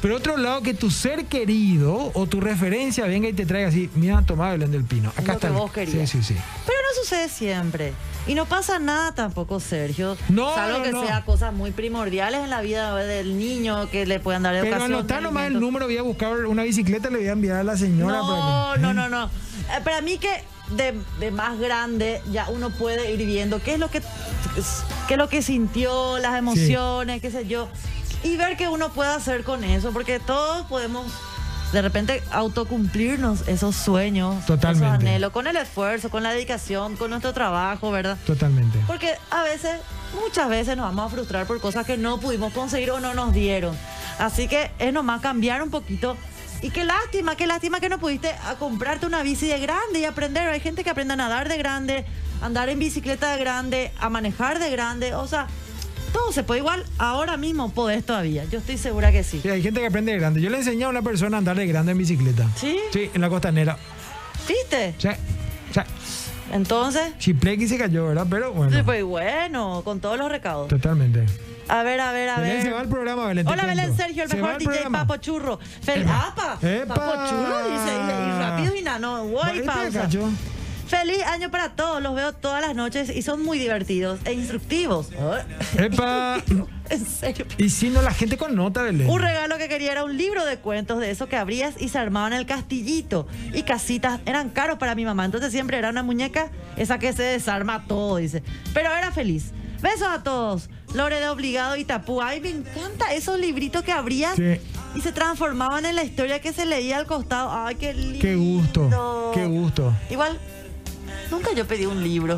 [SPEAKER 1] pero otro lado, que tu ser querido o tu referencia venga y te traiga así, mira, toma Belén del Pino. Acá
[SPEAKER 2] lo
[SPEAKER 1] está.
[SPEAKER 2] que
[SPEAKER 1] el-".
[SPEAKER 2] vos querías.
[SPEAKER 1] Sí, sí, sí.
[SPEAKER 2] Pero no sucede siempre. Y no pasa nada tampoco, Sergio.
[SPEAKER 1] No,
[SPEAKER 2] Salvo
[SPEAKER 1] no,
[SPEAKER 2] que
[SPEAKER 1] no.
[SPEAKER 2] sea cosas muy primordiales en la vida del niño que le puedan dar
[SPEAKER 1] Pero
[SPEAKER 2] educación.
[SPEAKER 1] anotar nomás el
[SPEAKER 2] alimento.
[SPEAKER 1] número, voy a buscar una bicicleta, le voy a enviar a la señora. pues,
[SPEAKER 2] No,
[SPEAKER 1] para que-
[SPEAKER 2] no, no, no. Eh, Para mí que de, de más grande ya uno puede ir viendo qué es lo que qué es lo que sintió, las emociones, qué sé yo, y ver qué uno puede hacer con eso, porque todos podemos de repente autocumplirnos esos sueños,
[SPEAKER 1] Totalmente.
[SPEAKER 2] esos anhelos, con el esfuerzo, con la dedicación, con nuestro trabajo, ¿verdad?
[SPEAKER 1] Totalmente.
[SPEAKER 2] Porque a veces, muchas veces nos vamos a frustrar por cosas que no pudimos conseguir o no nos dieron. Así que es nomás cambiar un poquito. Y qué lástima, qué lástima que no pudiste a comprarte una bici de grande y aprender. Hay gente que aprende a nadar de grande, a andar en bicicleta de grande, a manejar de grande. O sea, todo se puede igual. Ahora mismo podés todavía. Yo estoy segura que sí.
[SPEAKER 1] Sí, hay gente que aprende de grande. Yo le enseñé a una persona a andar de grande en bicicleta.
[SPEAKER 2] ¿Sí?
[SPEAKER 1] Sí, en la costanera.
[SPEAKER 2] ¿Viste?
[SPEAKER 1] O sea, o sea,
[SPEAKER 2] Entonces,
[SPEAKER 1] Chipleki se cayó, ¿verdad? Pero bueno.
[SPEAKER 2] sí, pues bueno, con todos los recaudos.
[SPEAKER 1] Totalmente.
[SPEAKER 2] A ver, a ver, a
[SPEAKER 1] Belén,
[SPEAKER 2] ver.
[SPEAKER 1] se va el programa, Belén. te
[SPEAKER 2] Hola
[SPEAKER 1] cuento.
[SPEAKER 2] Belén Sergio, el
[SPEAKER 1] Se va
[SPEAKER 2] mejor DJ
[SPEAKER 1] programa.
[SPEAKER 2] Papo Churro. Fel
[SPEAKER 1] Epa.
[SPEAKER 2] ¡Apa!
[SPEAKER 1] Epa.
[SPEAKER 2] Papo Churro dice, y, y rápido y nano,
[SPEAKER 1] Bueno,
[SPEAKER 2] guay
[SPEAKER 1] este
[SPEAKER 2] pausa.
[SPEAKER 1] cayó.
[SPEAKER 2] Feliz año para todos, los veo todas las noches y son muy divertidos e instructivos.
[SPEAKER 1] Ah. Epa.
[SPEAKER 2] en serio.
[SPEAKER 1] Y si no, la gente con nota, Belén.
[SPEAKER 2] Un regalo que quería era un libro de cuentos de esos que abrías y se armaban el castillito. Y casitas eran caros para mi mamá, entonces siempre era una muñeca esa que se desarma todo, dice. Pero era feliz. Besos a todos. Lore de Obligado y Tapú. Ay, me encanta esos libritos que abrías
[SPEAKER 1] Sí.
[SPEAKER 2] y se transformaban en la historia que se leía al costado. Ay, qué lindo.
[SPEAKER 1] Qué gusto. Qué gusto.
[SPEAKER 2] Igual, nunca yo pedí un libro.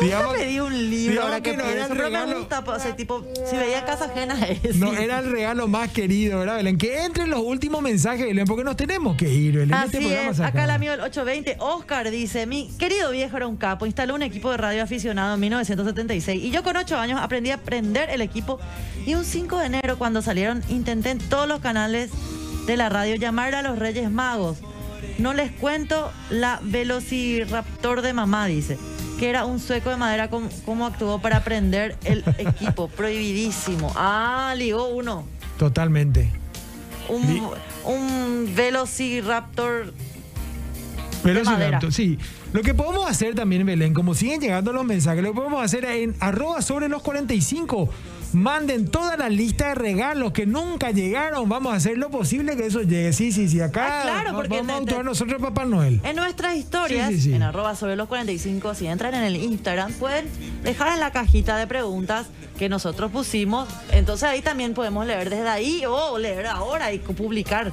[SPEAKER 2] Nunca pedí un libro.
[SPEAKER 1] digamos
[SPEAKER 2] Ahora que,
[SPEAKER 1] que no, era
[SPEAKER 2] pienso,
[SPEAKER 1] el
[SPEAKER 2] pero me
[SPEAKER 1] regalo.
[SPEAKER 2] gusta, pues, o sea, tipo, si veía casa ajena es.
[SPEAKER 1] No, era el regalo más querido, ¿verdad, Belén? Que entren los últimos mensajes, Belén, porque nos tenemos que ir, Belén. Este
[SPEAKER 2] Así
[SPEAKER 1] programa
[SPEAKER 2] es,
[SPEAKER 1] se
[SPEAKER 2] acá el
[SPEAKER 1] acaba.
[SPEAKER 2] amigo del 820, Oscar dice, mi querido viejo era un capo, instaló un equipo de radio aficionado en 1976 y yo con 8 años aprendí a prender el equipo y un 5 de enero cuando salieron intenté en todos los canales de la radio llamar a los Reyes Magos. No les cuento la velociraptor de mamá, dice, que era un sueco de madera como, como actuó para prender el equipo, prohibidísimo. Ah, ligó uno.
[SPEAKER 1] Totalmente. Li-
[SPEAKER 2] Un, un velociraptor
[SPEAKER 1] Velociraptor,
[SPEAKER 2] madera.
[SPEAKER 1] sí. Lo que podemos hacer también, Belén, como siguen llegando los mensajes, lo que podemos hacer en arroba sobre los 45. Manden toda la lista de regalos que nunca llegaron. Vamos a hacer lo posible que eso llegue. Sí, sí, sí. Acá
[SPEAKER 2] Ah, claro,
[SPEAKER 1] va-
[SPEAKER 2] porque
[SPEAKER 1] vamos a
[SPEAKER 2] te- te-
[SPEAKER 1] actuar nosotros Papá Noel.
[SPEAKER 2] En nuestras historias,
[SPEAKER 1] Sí, sí, sí.
[SPEAKER 2] en arroba sobre los 45, si entran en el Instagram, pueden dejar en la cajita de preguntas que nosotros pusimos. Entonces ahí también podemos leer desde ahí o leer ahora y publicar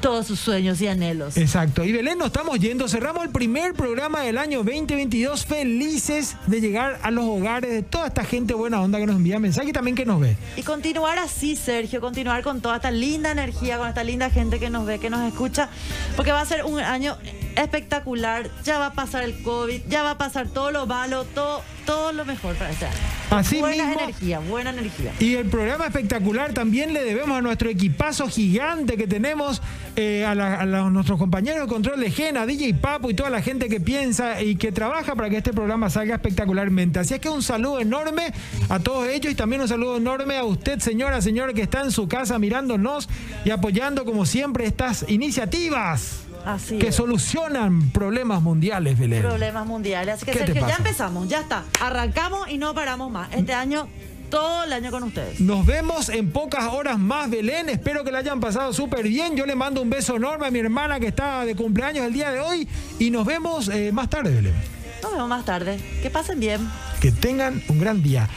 [SPEAKER 2] todos sus sueños y anhelos.
[SPEAKER 1] Exacto. Y Belén, nos estamos yendo. Cerramos el primer programa del año 2022. Felices de llegar a los hogares de toda esta gente buena onda que nos envía mensajes y también que nos ve.
[SPEAKER 2] Y continuar así, Sergio, continuar con toda esta linda energía, con esta linda gente que nos ve, que nos escucha, porque va a ser un año espectacular. Ya va a pasar el COVID, ya va a pasar todo lo malo, todo, todo lo mejor para este año.
[SPEAKER 1] Así
[SPEAKER 2] buena
[SPEAKER 1] mismo.
[SPEAKER 2] energía, buena energía.
[SPEAKER 1] Y el programa espectacular también le debemos a nuestro equipazo gigante que tenemos, eh, a, la- a la- a nuestros compañeros de control de Gena, DJ Papo y toda la gente que piensa y que trabaja para que este programa salga espectacularmente. Así es que un saludo enorme a todos ellos y también un saludo enorme a usted, señora, señor, que está en su casa mirándonos y apoyando como siempre estas iniciativas
[SPEAKER 2] Así
[SPEAKER 1] que
[SPEAKER 2] es.
[SPEAKER 1] solucionan problemas mundiales, Belén.
[SPEAKER 2] problemas mundiales. Así que
[SPEAKER 1] ¿Qué te
[SPEAKER 2] Sergio, ya
[SPEAKER 1] pasa?
[SPEAKER 2] empezamos, ya está. Arrancamos y no paramos más. Este año, todo el año con ustedes.
[SPEAKER 1] Nos vemos en pocas horas más, Belén. Espero que la hayan pasado súper bien. Yo le mando un beso enorme a mi hermana que está de cumpleaños el día de hoy. Y nos vemos eh, más tarde, Belén.
[SPEAKER 2] Nos vemos más tarde. Que pasen bien.
[SPEAKER 1] Que tengan un gran día.